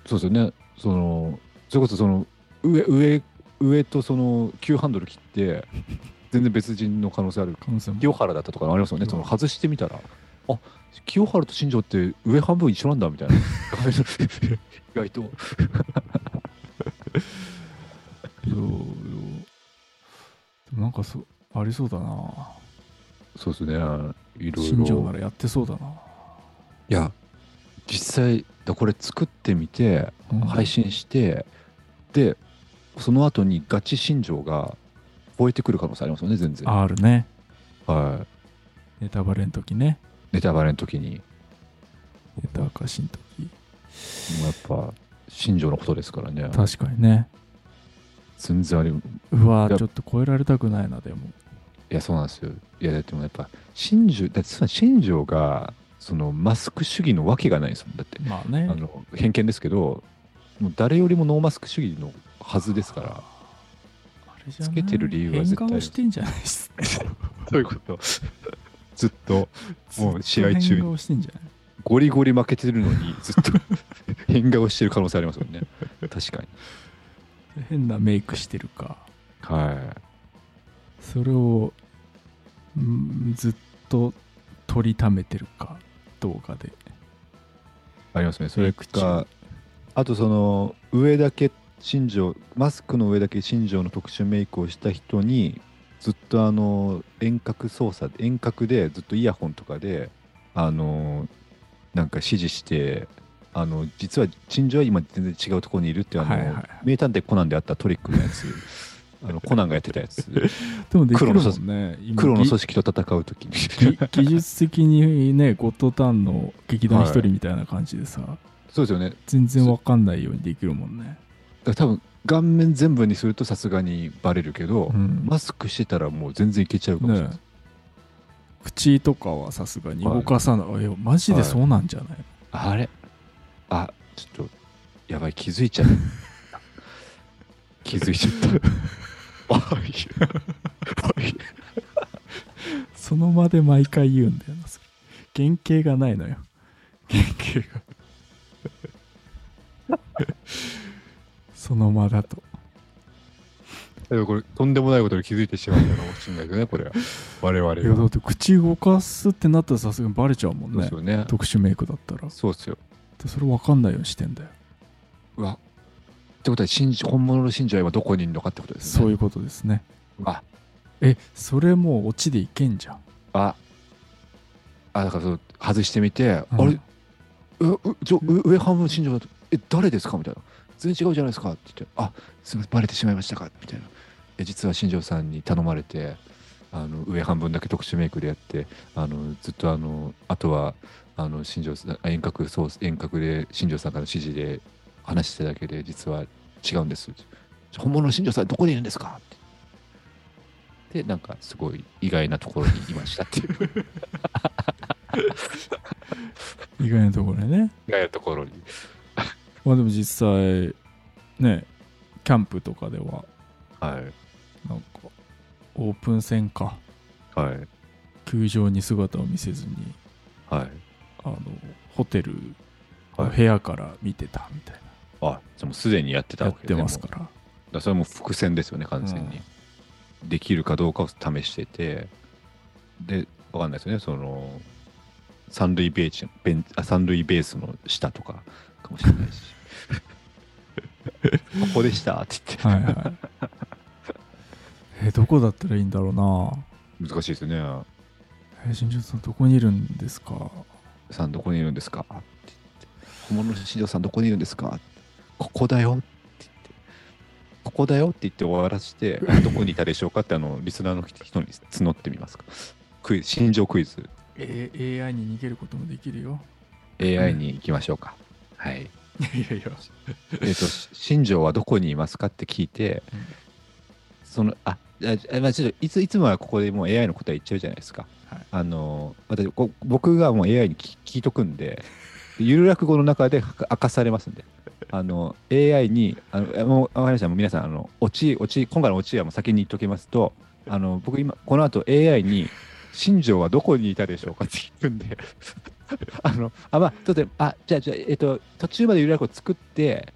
S4: そうですよね。その、それこそその、上、上、上とその、急ハンドル切って、全然別人の可能性ある。
S3: 可能性も
S4: 清原だったとかありますよね。その、外してみたら。あ清原と新庄って上半分一 緒なんだみたいな意外と
S3: そうよでもなんかそうありそうだな
S4: そうですね。いろい
S3: 新庄
S4: ろ。
S3: ならやってそうだない
S4: や、実際、だこれ作ってみて、
S3: うん
S4: 配信して、で、その後にガチ新庄が超えてくる可能性ありますよね、全然。
S3: あるね
S4: はい。
S3: ネタバレの時ね
S4: ネタバレの時に、
S3: ネタ明かしの時
S4: もうやっぱ、新庄のことですからね。
S3: 確かにね
S4: 全然あり、
S3: うわ
S4: いや
S3: ちょっと超えられたくないなでも
S4: いや、そうなんですよ。いや、だってもうやっぱ、新庄、だってその新庄が、そのマスク主義のわけがないですもん。だって、
S3: まあね
S4: あの偏見ですけど、もう誰よりもノーマスク主義のはずですから、
S3: あれじゃな
S4: つけ
S3: い
S4: てる理由は絶対
S3: 変換をしてんじゃないっす
S4: どういうことずっと、もう試合中に
S3: 変換をしてんじゃない
S4: ゴリゴリ負けてるのに、ずっと 変顔してる可能性ありますもんね。確かに。
S3: 変なメイクしてるか
S4: は
S3: それをうんずっと取りためてるか動画で
S4: い。ありますね。それ
S3: 口を
S4: か、あとその、上だけ新庄、マスクの上だけ新庄の特殊メイクをした人に、ずっとあの、遠隔操作、遠隔でずっとイヤホンとかで、あの、なんか指示して、あの、実は新庄は今全然違うところにいるっていう、あの、
S3: はいはいはい
S4: 名探偵コナンであったトリックのや つ、あのコナンがやってたや つ。
S3: でもできるも
S4: 黒の組
S3: んね今
S4: 黒の組織と戦う時
S3: ぎ
S4: に
S3: 技術的にねゴッドタンの劇団一人みたいな感じでさ、
S4: そうですよねだか
S3: 全然わかんないようにできるもんね、
S4: ら多分顔面全部にするとさすがにバレるけど、
S3: うん
S4: マスクしてたらもう全然いけちゃうかもしれない、
S3: ね口とかはさすがに動かさない、いやマジでそうなんじゃない、
S4: あれあちょっとやばい気づいちゃった 気づいちゃったあいやあいや
S3: その場で毎回言うんだよなそれ原型がないのよ原型が その場だと
S4: でもこれとんでもないことに気づいてしまったかもしれないけどねこれは我々はい
S3: やだって口動かすってなったらさすがにバレちゃうもん
S4: そうで
S3: ね
S4: すよね
S3: 特殊メイクだったら
S4: そうっすよ
S3: でそれ分かんないようにしてんだよ
S4: うわってことは信じ本物の信者は今どこにいるのかってことですね
S3: そういうことですね
S4: あ
S3: えそれもうオチでいけんじゃん
S4: あ、あ、だからそう外してみて、
S3: うん
S4: あれ、えうちょう上半分新庄だと、え、誰ですかみたいな。全然違うじゃないですかって言って、あ、すみません、バレてしまいましたかみたいな。え、実は新庄さんに頼まれて、あの上半分だけ特殊メイクでやって、あのずっとあの、あとは、あの新庄さん、遠隔、そう、遠隔で新庄さんからの指示で話してただけで、実は違うんです。じゃ本物の新庄さん、どこにいるんですかって。で、なんか、すごい意外なところにいましたって いう。
S3: 意外なところでね
S4: がやるところに。
S3: まあでも実際ねキャンプとかでは
S4: はい。
S3: なんかオープン戦か
S4: はい。
S3: 球場に姿を見せずに
S4: はい。
S3: あのホテルの部屋から見てたみたい
S4: あ、じゃあもうすでにやってたわ
S3: な、やっ
S4: け
S3: て
S4: ね
S3: ます
S4: もう
S3: から
S4: だからそれはもう伏線ですよね、完全に。できるかどうかを試してて、で、わかんないですよね、その、三塁ベーチベンあ三塁ベースの下とかかもしれ ないし。ここでしたって言って、
S3: はいはい えどこだったらいいんだろうな
S4: 難しいですよね。
S3: え新庄さんどこにいるんですか
S4: さんどこにいるんですかって言って本物の新庄さんどこにいるんですかここだよって言ってここだよって言って終わらせてどこにいたでしょうかってあのリスナーの人に募ってみますかクイズ新庄クイズ
S3: A- AI に逃げることもできるよ
S4: AI に行きましょうか、はい
S3: いやいやいや
S4: えっ、とし新庄はどこにいますかって聞いて、
S3: うん
S4: そのあああまあちょっといついつもはここでもう AI の答え言っちゃうじゃないですか、
S3: はい
S4: あの私こ僕がもう AI に聞聞いとくんででゆる落語の中で は明かされますんであの AI にあのえもうわかりましたもう皆さんあのオチオチ今回のオチはもう先に言っときますとあの僕今この後 AI に新庄はどこにいたでしょうかって聞くんで あのあまあちょっとあじゃあじゃあえっ、と途中までゆる落語作って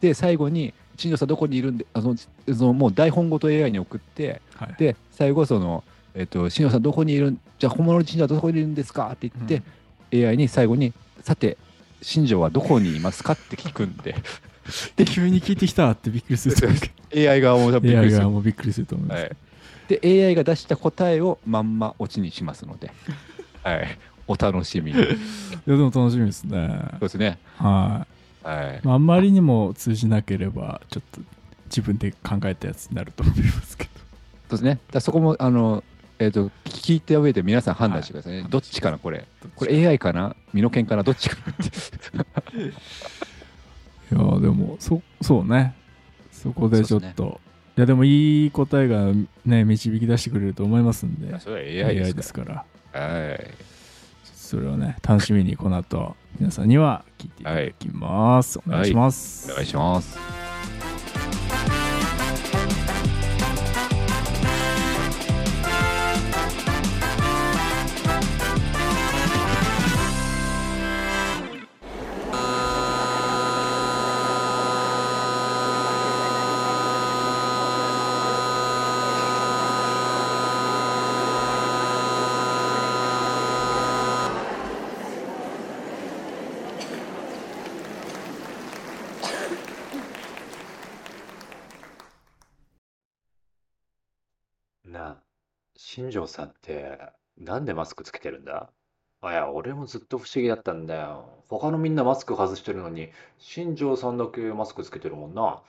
S4: で最後に新庄さんどこにいるんであそのそのもう台本ごと AI に送って
S3: はい
S4: で最後その、えっと新庄さんどこにいるんじゃあ本物の新庄はどこにいるんですかって言って、AI に最後にさて新庄はどこにいますかって聞くんで
S3: で急に聞いてきたってびっくりすると思うけ
S5: AI 側も多
S3: ど。
S5: 分
S3: い
S5: びっ
S3: や
S5: くり
S3: い
S5: す
S3: や、
S5: る。
S3: もうびっくりすると思います。
S5: はい、で、AI が出した答えをまんまオチにしますの で、はい、お楽しみに。そう
S3: いや、でも楽しみですね。
S5: ですね。
S3: は
S5: はい
S3: い。。まあ、あんまりにも通じなければ、ちょっと自分で考えたやつになると思いますけど。
S5: そうですね。だからそこも、あの、えっ、と、聞いた上で皆さん判断してくださいね。どっちかな、これ。これ AI かな身の剣かなどっちかなって。
S3: いやでもそそうねそこでち
S5: そ
S3: ょっ
S5: うで
S3: と、いやでもいい答えがね導き出してくれると思いますんで
S5: それは AI です
S3: ですから
S5: から。はい。
S3: それをね楽しみにこの後皆さんには聞いていただきます、お願いします、
S5: お願いします。
S4: なあ、新庄さんってなんでマスクつけてるんだあ、いや、俺もずっと不思議だったんだよ。他のみんなマスク外してるのに、新庄さんだけマスクつけてるもんな。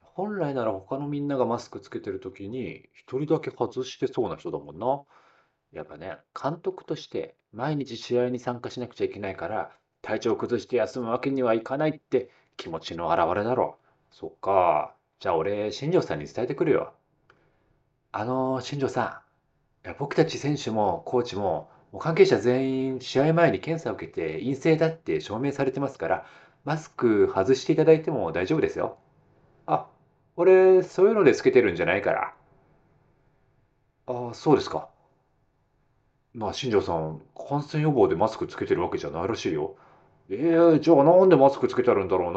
S4: 本来なら他のみんながマスクつけてる時に、一人だけ外してそうな人だもんな。やっぱね、監督として毎日試合に参加しなくちゃいけないから、体調崩して休むわけにはいかないって気持ちの表れだろ。そっか。じゃあ俺、新庄さんに伝えてくるよ。あのー、新庄さん、いや僕たち選手もコーチも、もう関係者全員、試合前に検査を受けて陰性だって証明されてますから、マスク外していただいても大丈夫ですよ。あ、俺、そういうのでつけてるんじゃないから。ああ、そうですか。まあ、新庄さん、感染予防でマスクつけてるわけじゃないらしいよ。ええじゃあなんでマスクつけてあるんだろ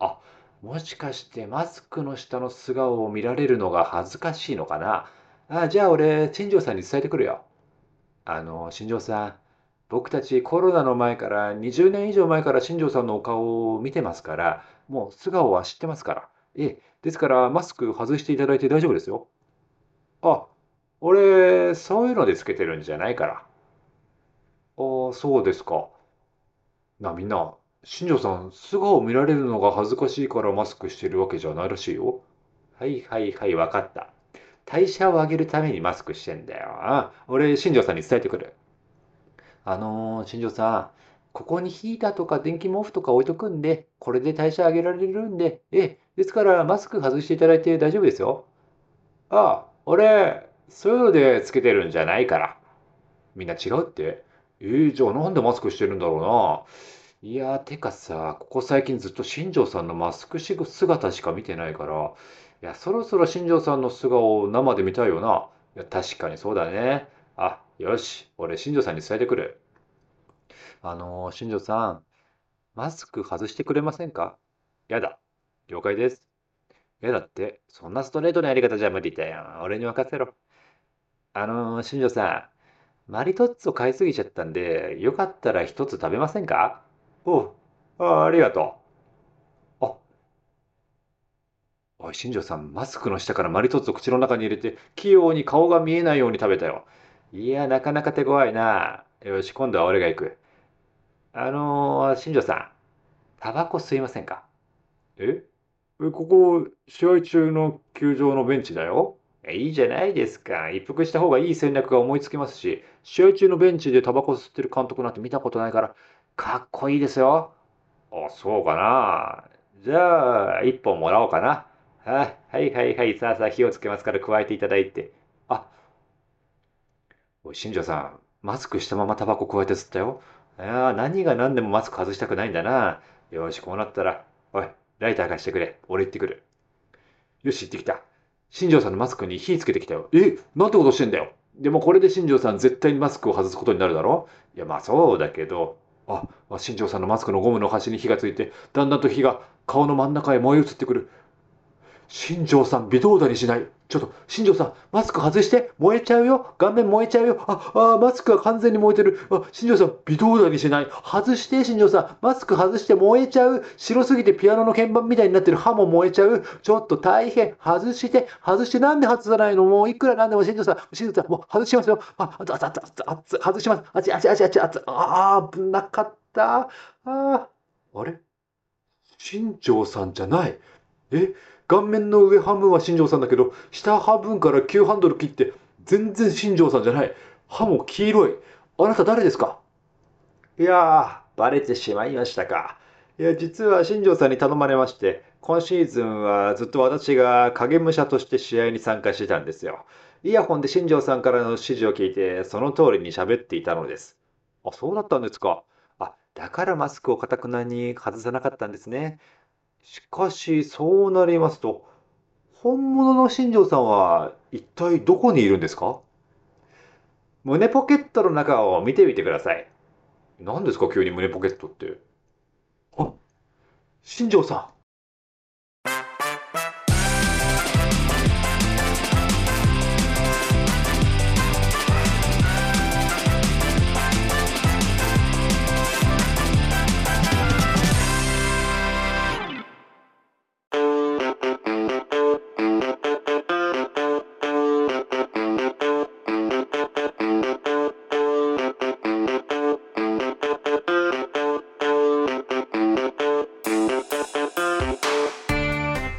S4: うな。あ、もしかしてマスクの下の素顔を見られるのが恥ずかしいのかな。あ、じゃあ俺、新庄さんに伝えてくるよ。あの、新庄さん、僕たちコロナの前から、20年以上前から新庄さんのお顔を見てますから、もう素顔は知ってますから。ええ、ですからマスク外していただいて大丈夫ですよ。あ、俺、そういうのでつけてるんじゃないから。ああ、そうですか。なあ、みんな、新庄さん、素顔見られるのが恥ずかしいからマスクしてるわけじゃないらしいよ。はいはいはい、わかった。代謝を上げるためにマスクしてんだよ。あ、俺、新庄さんに伝えてくる。あのー、新庄さん、ここにヒーターとか電気毛布とか置いとくんで、これで代謝上げられるんで、ええ、ですからマスク外していただいて大丈夫ですよ。ああ、俺、そういうのでつけてるんじゃないから。みんな違うってえー、じゃあなんでマスクしてるんだろうな。いやー、てかさ、ここ最近ずっと新庄さんのマスクしぐ姿しか見てないから、いや、そろそろ新庄さんの素顔を生で見たいよな。いや、確かにそうだね。あ、よし、俺新庄さんに伝えてくる。あのー、新庄さん、マスク外してくれませんかやだ。了解です。やだって、そんなストレートなやり方じゃ無理だよ。俺に任せろ。あのー、新庄さん、マリトッツォ買いすぎちゃったんで、よかったら一つ食べませんかおう、あ、ありがとう。あ、おい、新庄さん、マスクの下からマリトッツォ口の中に入れて、器用に顔が見えないように食べたよ。いや、なかなか手強いな。よし、今度は俺が行く。あのー、新庄さん、タバコ吸いませんかええ、ここ、試合中の球場のベンチだよ。えいいじゃないですか。一服した方がいい戦略が思いつきますし、試合中のベンチでタバコ吸ってる監督なんて見たことないから、かっこいいですよ。あ、そうかな。じゃあ、一本もらおうかな。あ、はいはいはい。さあさあ、火をつけますから加えていただいて。あ、おい、新庄さん、マスクしたままタバコ加えて吸ったよ。いやー、何が何でもマスク外したくないんだな。よし、こうなったら、おい、ライター貸してくれ。俺行ってくる。よし、行ってきた。新庄さんのマスクに火つけてきたよ。え、なんてことしてんだよ。でもこれで新庄さん絶対にマスクを外すことになるだろいや、まあそうだけど。あ、まあ新庄さんのマスクのゴムの端に火がついて、だんだんと火が顔の真ん中へ燃え移ってくる。
S6: 新庄さん、微動だにしない。ちょっと、新庄さん、マスク外して、燃えちゃうよ、顔面燃えちゃうよ、あ、あー、マスクが完全に燃えてる、あ、新庄さん、微動だにしない。外して、新庄さん、マスク外して燃えちゃう、白すぎてピアノの鍵盤みたいになってる歯も燃えちゃう、ちょっと大変、外して、外して、なんで外さないのもういくらなんでも新庄さん、新庄さん、もう外しますよ、あ、あつあつあつあつあつ、外します、あちあちあちあちあち、あー、危なかった、あー、あれ新庄さんじゃない。え顔面の上半分は新庄さんだけど下半分から急ハンドル切って全然新庄さんじゃない歯も黄色いあなた誰ですかいやーバレてしまいましたかいや実は新庄さんに頼まれまして今シーズンはずっと私が影武者として試合に参加してたんですよイヤホンで新庄さんからの指示を聞いてその通りに喋っていたのですあそうだったんですかあだからマスクをかたくなに外さなかったんですねしかし、そうなりますと、本物の新庄さんは一体どこにいるんですか胸ポケットの中を見てみてください。何ですか、急に胸ポケットって。あ、新庄さ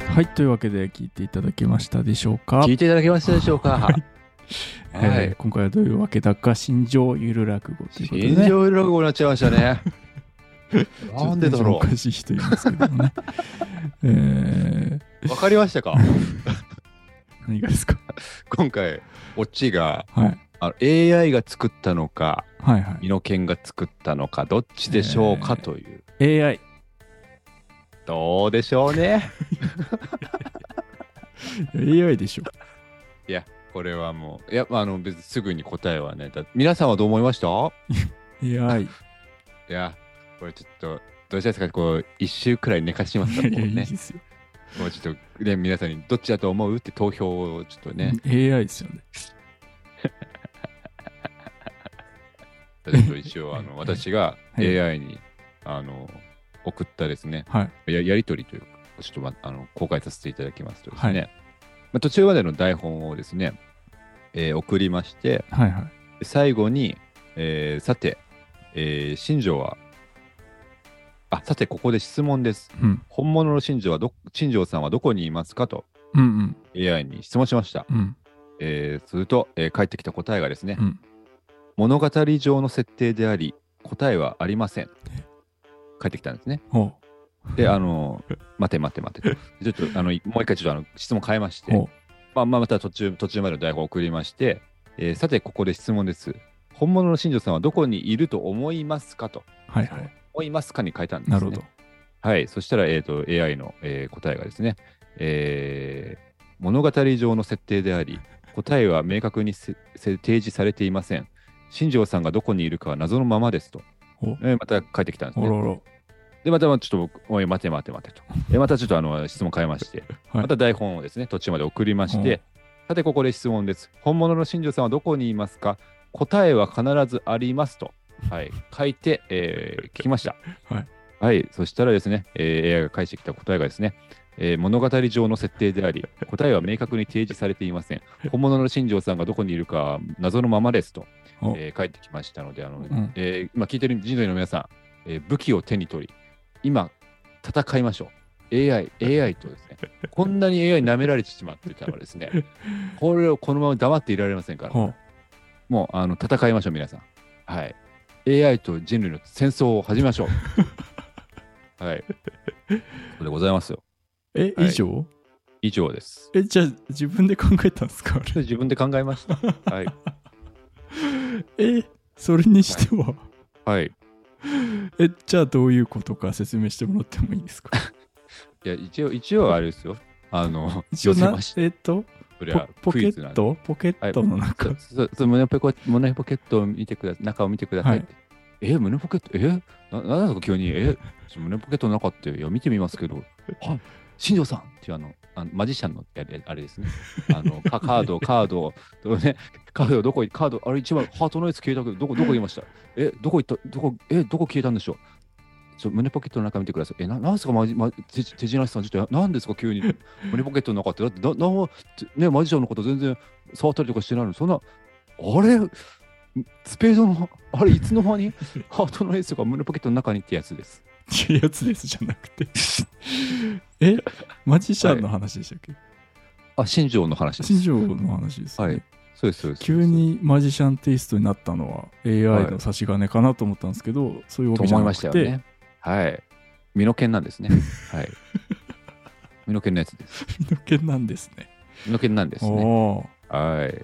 S3: はい、というわけで聞いていただけましたでしょうか。
S4: 聞いていただけましたでしょうか。はい。
S3: えー今回はどういうわけだか、心情ゆる落語ということで、ね。
S4: 心情落語になっちゃいましたね。 なんでだ
S3: ちょっとテンションお
S4: ろ
S3: かしい人いますけ どね。えー、
S4: う。わかりましたか
S3: 何がですか
S4: 今回、オチが
S3: はい。
S4: あの AI が作ったのか、
S3: はいは
S4: イノケンが作ったのか、どっちでしょう
S3: え
S4: か
S3: ー
S4: という。
S3: い。AI。
S4: どうでしょうね。
S3: AI でしょ。
S4: これはもう、いや、まああの、別にすぐに答えはね、だ皆さんはどう思いましたい
S3: AI。
S4: や、これちょっと、どうしたいですか、こう、一週くらい寝かしますから、
S3: い
S4: もう
S3: やいやい
S4: ね
S3: い。ですよ。
S4: もうちょっと、ね、皆さんにどっちだと思うって投票をちょっとね、
S3: AI ですよね。
S4: ちょっと一応、あの、私が
S3: はい
S4: AI に、あの、送ったですね、
S3: はい。
S4: ややり取りというか、ちょっと、ま、あの公開させていただきますとですね、
S3: は
S4: まあ、途中までの台本をですね、えー送りまして、
S3: はいはい。
S4: 最後に、えーさて、えー新庄は、あ、さて、ここで質問です。
S3: うん。
S4: 本物の新庄はど、新庄さんはどこにいますかと
S3: うん
S4: AI に質問しました。
S3: うん。うん。
S4: えーすると、えー返ってきた答えがですね、
S3: うん
S4: 物語上の設定であり、答えはありません。返ってきたんですね。
S3: ほう。
S4: で、あの、待て待て待てと。ちょっと、あの、もう一回ちょっとあの質問変えまして、
S3: ほ
S4: まあ、まあまた途中、途中までの台本を送りまして、えーさて、ここで質問です。本物の新庄さんはどこにいると思いますかと。
S3: う。はいはい。
S4: 思いますかに書いたんですね。
S3: なるほど。
S4: はい。そしたら、えっ、と、AI の、えー答えがですね、えー物語上の設定であり、答えは明確にせせ提示されていません。新庄さんがどこにいるかは謎のままですと。
S3: お
S4: えーまた帰ってきたんです
S3: お
S4: ね。
S3: ろろ。
S4: で、またまあちょっと僕、おい、待て待て待てと。えーまたちょっとあの質問変えまして、
S3: はい
S4: また台本をですね、途中まで送りまし
S3: うん
S4: て、さて、ここで質問です。本物の新庄さんはどこにいますか答えは必ずありますと、はい、書いて、え ー聞きました。
S3: はい、
S4: はい。そしたらですね、えー AI が返してきた答えがですね、えー物語上の設定であり、答えは明確に提示されていません。本物の新庄さんがどこにいるかは謎のままですと、
S3: お
S4: えー返ってきましたので、あの
S3: ん
S4: えー今聞いてる人類の皆さん、えー武器を手に取り、今、戦いましょう。AI、AI とですね、こんなに AI 舐められてしまってたらですね、 これをこのまま黙っていられませんから、
S3: ほう。
S4: もうあの戦いましょう、皆さん。はい。AI と人類の戦争を始めましょ う。はい。そうでございますよ。
S3: え、
S4: はい
S3: 以上
S4: 以上です。
S3: え、じゃあ自分で考えたんですかあれ
S4: 自分で考えました。はい。
S3: え、それにしては。
S4: はい。
S3: え、じゃあどういうことか説明してもらってもいいですか
S4: いや、一応、一応あれですよ。あの、
S3: 一応
S4: 寄せ
S3: な
S4: まし、た。
S3: えっと、
S4: これ
S3: ポ
S4: は
S3: ポ
S4: ク
S3: ケ
S4: イズなん
S3: ッ
S4: で。
S3: トポケットの中。
S4: そうそうそう胸ポケット胸ポケットを見てくだ中を見てくださいって。え胸ポケットえななんですか急にえちょ胸ポケットの中っていや見てみますけど。あ新庄さんっていうあのあのマジシャンのあれあれですね。あのカカード、カード、どうね、カードどこいカード、あれ一番ハートのやつ消えたけど、どこどこいましたえ、どこ行ったどこえ、どこ消えたんでしょうちょ胸ポケットの中見てください。え、ななんですか、マジ、マジ手手品師さん、ちょっと、なんですか、急に。胸ポケットの中って、だって、ななんも、てね、マジシャンのこと全然触ったりとかしてないのに、そんな、あれ、スペードの、あれ、いつの間に、 ハートのエースが胸ポケットの中にってやつです。
S3: っていうやつですじゃなくて えマジシャンの話でしたっけ、
S4: あ、新庄の話です。
S3: 新庄の話です、ね
S4: はい、そうです、そうです。
S3: 急にマジシャンテイストになったのは AI
S4: は
S3: の
S4: い
S3: 差し金かなと思ったんですけど、そういうわ
S4: と
S3: けじゃ
S4: 思い
S3: な
S4: ま
S3: く
S4: した
S3: て、
S4: よ ね。はい。身の剣なん ですね。はい。身の剣のやつです。
S3: 身の毛なんですね。
S4: 身の剣なんです
S3: お
S4: ね。
S3: お
S4: はい。
S3: ー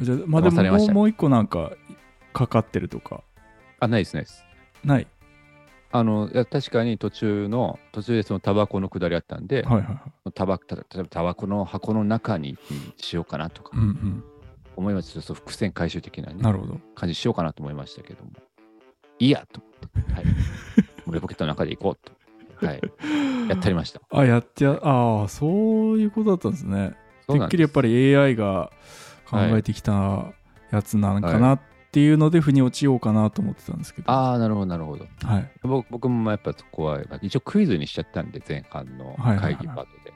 S3: じゃあ、まあ、で
S4: 騙さ
S3: も
S4: れま
S3: も
S4: し
S3: う
S4: たね
S3: もう一個なんかかかってるとか
S4: あ、ないです、ないです。
S3: ない
S4: あの、いや確かに途中の、途中でそのタバコのくだりあったんで、
S3: はいはいはい。
S4: タバた例えばタバコの箱の中にうんしようかなとか
S3: うん、うん。
S4: 思いました。ちょっと伏線回収的な,、ね、
S3: なるほど。
S4: 感じしようかなと思いましたけども。いいやと思って。 はい。胸ポケットの中で行こうと。はい。やってありました。
S3: あ、やってや、ああ、そういうことだったんですね。
S4: そう
S3: て
S4: なんです
S3: っきりやっぱり AI が考えてきたやつなんかなっていうので、腑に落ちようかなと思ってたんですけど。
S4: ああ、なるほど、なるほど。
S3: はい。
S4: 僕僕もやっぱそこは、まあ一応クイズにしちゃったんで、前半の
S3: はいはいはい
S4: 会議パートで。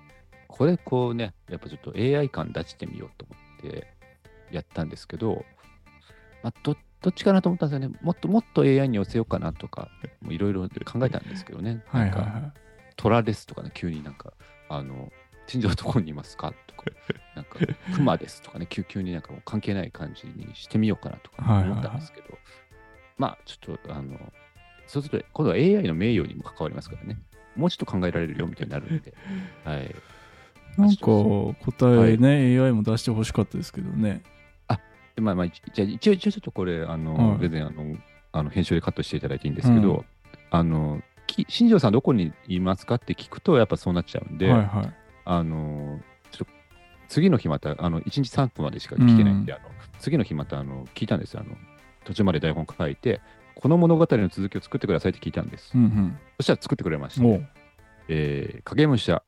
S4: これ、こうね、やっぱちょっと AI 感出してみようと思ってやったんですけど、まあ、どどっちかなと思ったんですよね。もっともっと AI に寄せようかなとか、もういろいろ考えたんですけどね。
S3: はいはい
S4: なんか、
S3: は
S4: トラですとかね、急になんか、あの、新庄どこにいますか とか、なんか、クマですとかね、急急になんかもう関係ない感じにしてみようかなとか
S3: はいはいはい
S4: 思ったんですけど、まあ、ちょっと、あの、そうすると、今度は AI の名誉にも関わりますからね、もうちょっと考えられるよみたいになるん で、はい。
S3: い。なんか答えね、AI も出してほしかったですけどね。
S4: でまあまあ、一じゃあ一応、一応ちょっとこれ、あ
S3: は
S4: の、
S3: い
S4: 全然、あの、あの編集でカットしていただいていいんですけど、
S3: う
S4: あの、き新庄さんどこにいますかって聞くと、やっぱそうなっちゃうんで、
S3: はいはい。
S4: あのちょっと次の日またあの1日3分までしか聞けないんで、あの次の日またあの聞いたんですよあの途中まで台本書いてこの物語の続きを作ってくださいって聞いたんです、
S3: うん
S4: そしたら作ってくれまし
S3: うん。
S4: た、
S3: おう
S4: えー、影武者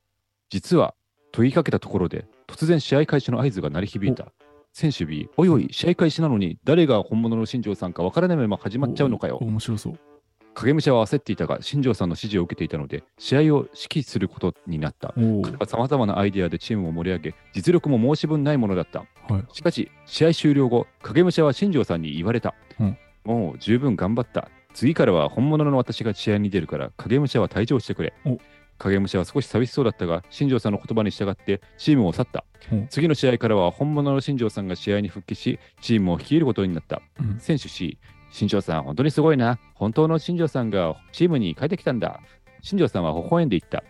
S4: 実は問いかけたところで突然試合開始の合図が鳴り響いた選手 B おいおい試合開始なのに誰が本物の新庄さんかわからないまま始まっちゃうのかよ
S3: お面白そう。
S4: 影武者は焦っていたが新庄さんの指示を受けていたので試合を指揮することになった
S3: おお。
S4: さまざまなアイデアでチームを盛り上げ、実力も申し分ないものだった。
S3: はい。
S4: しかし、試合終了後、影武者は新庄さんに言われた。
S3: うん
S4: もう十分頑張った。次からは本物の私が試合に出るから、影武者は退場してくれ
S3: お。
S4: 影武者は少し寂しそうだったが、新庄さんの言葉に従ってチームを去った
S3: うん。
S4: 次の試合からは本物の新庄さんが試合に復帰し、チームを率いることになった。
S3: うん
S4: 選手 C、新庄さん、本当にすごいな。本当の新庄さんがチームに帰ってきたんだ。新庄さんは微笑んでいった。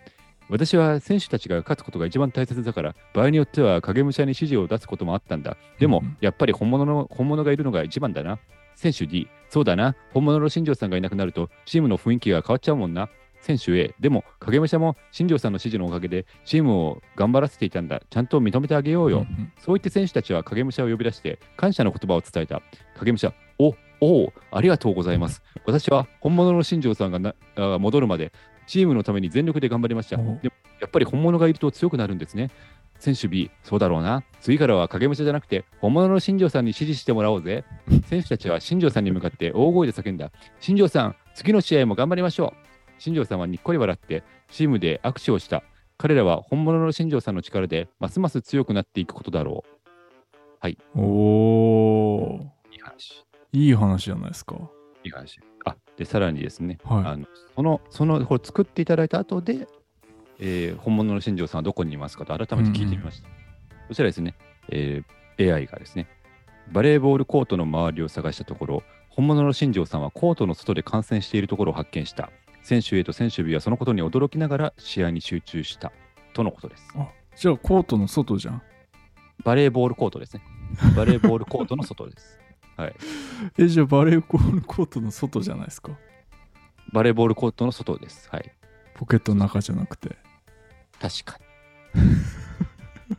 S4: 私は選手たちが勝つことが一番大切だから、場合によっては影武者に指示を出すこともあったんだ。でも
S3: うん、
S4: やっぱり本物の本物がいるのが一番だな。選手 D、そうだな。本物の新庄さんがいなくなると、チームの雰囲気が変わっちゃうもんな。選手 A、でも影武者も新庄さんの指示のおかげで、チームを頑張らせていたんだ。ちゃんと認めてあげようよ。
S3: うん
S4: そう言って選手たちは影武者を呼び出して感謝の言葉を伝えた。影武者、お、おうありがとうございます。私は本物の新庄さんがなあ戻るまでチームのために全力で頑張りました。
S3: お
S4: でもやっぱり本物がいると強くなるんですね。選手 B、そうだろうな。次からは影武者じゃなくて本物の新庄さんに指示してもらおうぜ。選手たちは新庄さんに向かって大声で叫んだ。新庄さん、次の試合も頑張りましょう。新庄さんはにっこり笑ってチームで握手をした。彼らは本物の新庄さんの力でますます強くなっていくことだろう。
S3: うんおー
S4: いい話。
S3: いい話じゃないですか。
S4: いい話。あで、さらにですね、
S3: はい
S4: あのその、その、これ作っていただいた後で、えー本物の新庄さんはどこにいますかと改めて聞いてみました。そしたらですね、えー AI がですね、バレーボールコートの周りを探したところ、本物の新庄さんはコートの外で観戦しているところを発見した。選手 A と選手 B はそのことに驚きながら試合に集中したとのことです。
S3: あじゃあコートの外じゃん。
S4: バレーボールコートですね。バレーボールコートの外です。
S3: え、じゃあバレーボールコートの外じゃないですか。
S4: バレーボールコートの外です。はい。
S3: ポケットの中じゃなくて。
S4: 確か に。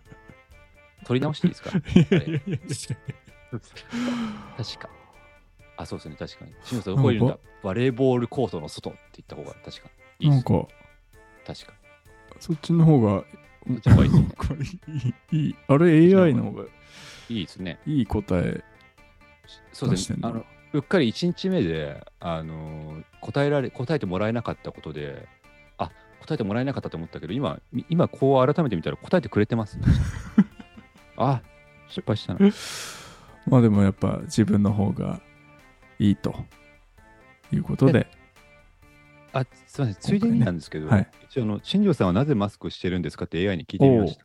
S4: 取り直していいですか 確か。あ、そうですね、確かに。シムさん、どこにいるん
S3: な
S4: だバレーボールコートの外って言った方が確かに。いい
S3: な
S4: で
S3: ん
S4: す
S3: か、
S4: 確か
S3: そっちの方が
S4: そっちの方がいいですね
S3: これいいいい あれ AI の方が
S4: いいですね。
S3: いい答え
S4: そう
S3: 出
S4: で
S3: し
S4: すね
S3: てん。
S4: あ
S3: だ
S4: のうっかり1日目で、あのー答えられ答えてもらえなかったことで、あ答えてもらえなかったと思ったけど、今、み今こう改めて見たら答えてくれて ます、ね。あ失敗したな。
S3: まあでもやっぱ自分の方がいいということで
S4: あすみません、ついでになんですけど、
S3: 今回ね
S4: 一応あの、新庄さんはなぜマスクしてるんですかって AI に聞いてみました。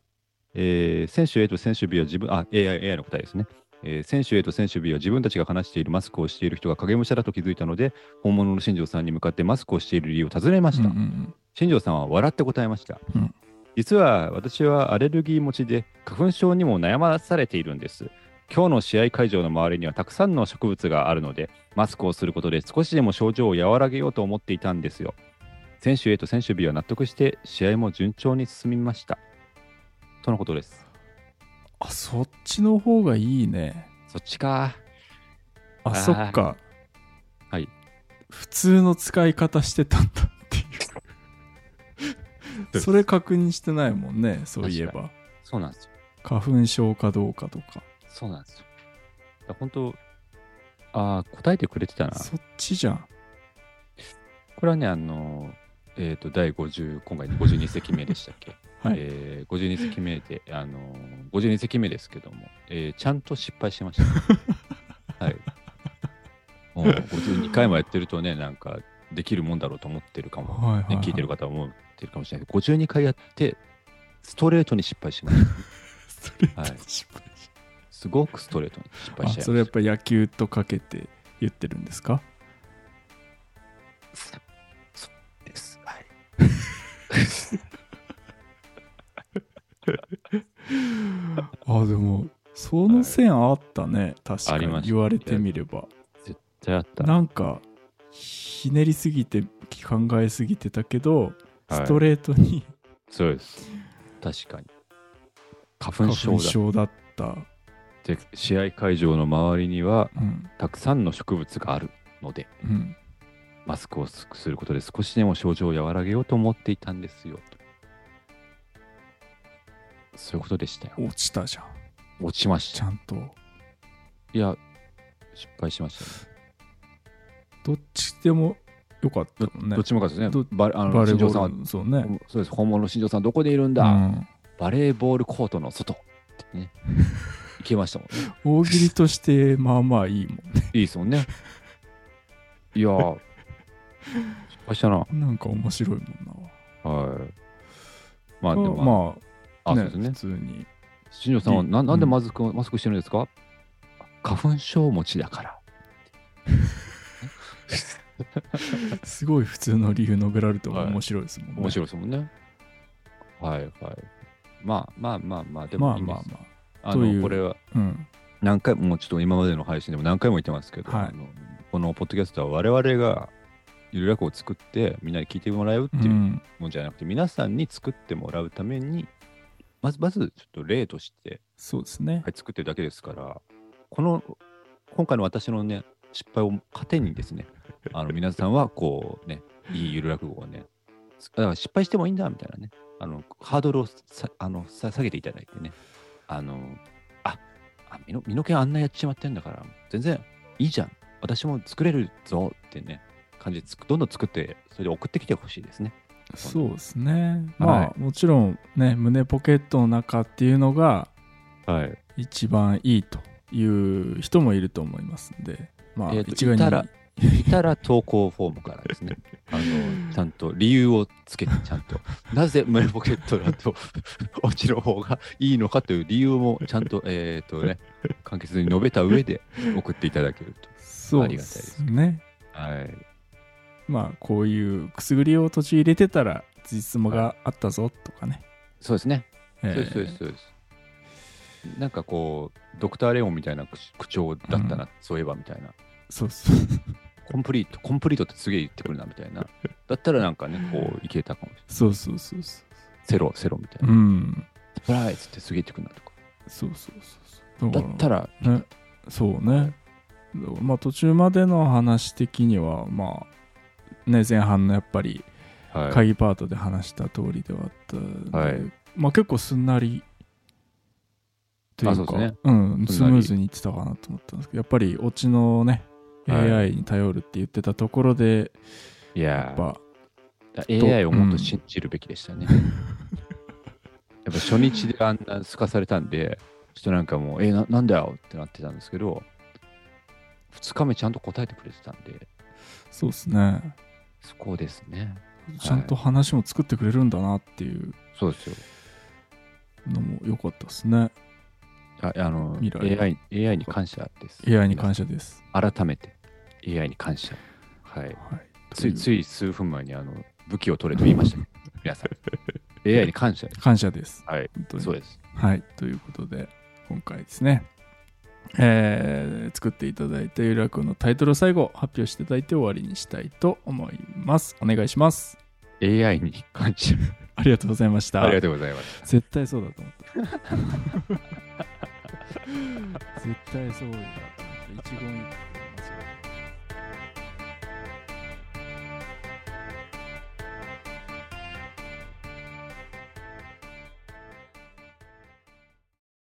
S4: えー選手 A と選手 B は自分、あ、AI, AI の答えですね。えー選手 A と選手 B は自分たちが話しているマスクをしている人が影武者だと気づいたので、本物の新庄さんに向かってマスクをしている理由を尋ねました。
S3: うんうん
S4: 新庄さんは笑って答えました。
S3: うん
S4: 実は私はアレルギー持ちで花粉症にも悩まされているんです。今日の試合会場の周りにはたくさんの植物があるので、マスクをすることで少しでも症状を和らげようと思っていたんですよ。選手 A と選手 B は納得して、試合も順調に進みました。とのことです。
S3: あそっちの方がいいね
S4: そっちか。
S3: あ
S4: あー
S3: そっか
S4: はい
S3: 普通の使い方してたんだ っていう
S4: です
S3: それ確認してないもんねそういえば
S4: そうなんですよ。
S3: 花粉症かどうかとか
S4: そうなんですよ。だから本当、ああ、答えてくれてたな。
S3: そっちじゃん
S4: これはね、あの、えっ、と、第50、今回52席目でしたっけ
S3: はい
S4: えー、52席目で、あのー、52席目ですけども、えーちゃんと失敗しま した。はい。もう52回もやってるとね、なんか、できるもんだろうと思ってるかも、
S3: はいはい
S4: ね、
S3: は
S4: 聞いて る方は思ってるかもしれないけど、52回やって、ストレートに失敗しました。
S3: ストレート
S4: はい
S3: に失敗し
S4: すごくストレートに失敗しちゃい
S3: あ
S4: ました。
S3: それやっぱ野球とかけて言ってるんですか
S4: そうです。はい。
S3: あでもその線あったね、確か
S4: ありま
S3: に
S4: した
S3: 言われてみれば
S4: 絶対あった。
S3: なんかひねりすぎて考えすぎてたけど、
S4: はい
S3: ストレートに
S4: そうです。確かに。花
S3: 花
S4: 粉症
S3: 粉
S4: だ
S3: 症だった、
S4: で試合会場の周りには
S3: うん
S4: たくさんの植物があるので
S3: うん、
S4: マスクをすすることで少しでも症状を和らげようと思っていたんですよそういうことでしたよ
S3: 落ちたじゃん
S4: 落ちまし
S3: ち
S4: た
S3: ゃんと
S4: いや失敗しました、ね
S3: どっちでもよかったもんね
S4: どっちもかですね
S3: ど
S4: バレあ
S3: バ
S4: の
S3: レー
S4: 新
S3: ボ
S4: 庄さんは
S3: ールそうね
S4: そうです本物の新庄さんどこでいるんだ、バレーボールコートの外って ね行けましたもんね
S3: うん大喜利としてまあまあいいも
S4: いいですもんねいや ー失敗したなん
S3: なんか面白いもんな
S4: はいまあでもま
S3: ま
S4: あ、
S3: あ
S4: あ
S3: ね
S4: そうですね
S3: 普通に
S4: 新庄さんはな
S3: うん
S4: なんでマスクをマスクしてるんですか花粉症持ちだから。
S3: すごい普通の理由述べられても面白いですもんね、
S4: 面白いですもんね。はいはい。まあまあまあまあ、で
S3: ま
S4: も
S3: あ
S4: いいんで
S3: ますあま
S4: あ
S3: とい
S4: の
S3: う
S4: これは
S3: あうん
S4: 何回も、もうちょっと今までの配信でも何回も言ってますけど、
S3: はい
S4: あのこのポッドキャストは我々がゆるやくを作ってみんなに聞いてもらうって
S3: う
S4: いうんもんじゃなくて、皆さんに作ってもらうために、まずまずちょっと例として、
S3: そうですね
S4: はい、作ってるだけですから、この今回の私のね、失敗を糧に ですね、あの皆さんはこうね、いいゆる落語をね、つだから失敗してもいいんだみたいなね、あのハードルをさあのさ下げていただいてね、あの、ああ身の身の毛あんなやっちまってんだから、全然いいじゃん、私も作れるぞってね、感じでつくどんどん作って、それで送ってきてほしいですね。
S3: そうですね。まあ、
S4: はい
S3: もちろんね、胸ポケットの中っていうのが
S4: はい、
S3: 一番いいという人もいると思いますんで、まあ、
S4: えーと
S3: 一概に
S4: いたらいたら投稿フォームからですね、あのちゃんと理由をつけて、ちゃんと、なぜ胸ポケットだと 落ちる方がいいのかという理由もちゃん と、えっ、とね、簡潔に述べた上で送っていただけると。
S3: そう
S4: あり
S3: で
S4: がたいですす
S3: ね。
S4: はい。
S3: まあ、こういうくすぐりを途中入れてたら、つじつもがあったぞとかね。
S4: そうですね。
S3: え
S4: そうです、そうで
S3: ー
S4: す、そうです。なんかこう、ドクター・レオンみたいな口口調だったな、そういえばみたいな。
S3: そうそう。
S4: コンプリート、コンプリートってすげえ言ってくるなみたいな。だったらなんかね、こう、いけたかもしれない。
S3: そうそうそうそ。
S4: セロ、セロみたいうな。
S3: うん。
S4: サプライズってすげえ言ってくるなとか。
S3: そうそうそうそう。
S4: だった
S3: ら、
S4: ら、
S3: ね、そうね。だからまあ、途中までの話的には、まあ、ね、前半のやっぱり、
S4: はい
S3: 会議パートで話した通りではあったんで、
S4: はい
S3: まあ、結構すんなりというか
S4: あそうですね
S3: ん、
S4: す
S3: ス
S4: んなり
S3: ムーズにいってたかなと思ったんですけどやっぱりオチのね
S4: はい
S3: AI に頼るって言ってたところで、
S4: い
S3: や
S4: や
S3: っ
S4: ー
S3: ぱ
S4: だ AI をもっと信じるべきでしたね。 やっぱ初日であんなすかされたんで、ちょっとなんかもう、えな、なんだよってなってたんですけど、2日目ちゃんと答えてくれてたんで、
S3: そうですね
S4: そこですね。
S3: ちゃんと話も作ってくれるんだなっていう
S4: そうですよ。
S3: のも良かったですね
S4: ああの
S3: 未来
S4: AI、AI に感謝です。
S3: AI に感謝です、
S4: 謝。改めて、AI に感謝。はい。
S3: はい、
S4: ついつ
S3: い
S4: い数分前にあの武器を取れと言いましたけ ど、皆さん。AI に感謝です。
S3: 感謝です
S4: はい。
S3: 本当に
S4: そうです。
S3: はい、ということで今回ですね、えー作っていただいたゆらくんのタイトルを最後発表していただいて終わりにしたいと思いますお願いします
S4: AI に感謝。
S3: ありがとうございました
S4: ありがとうございます。
S3: 絶対そうだと思 った絶対そうだと思った一言一句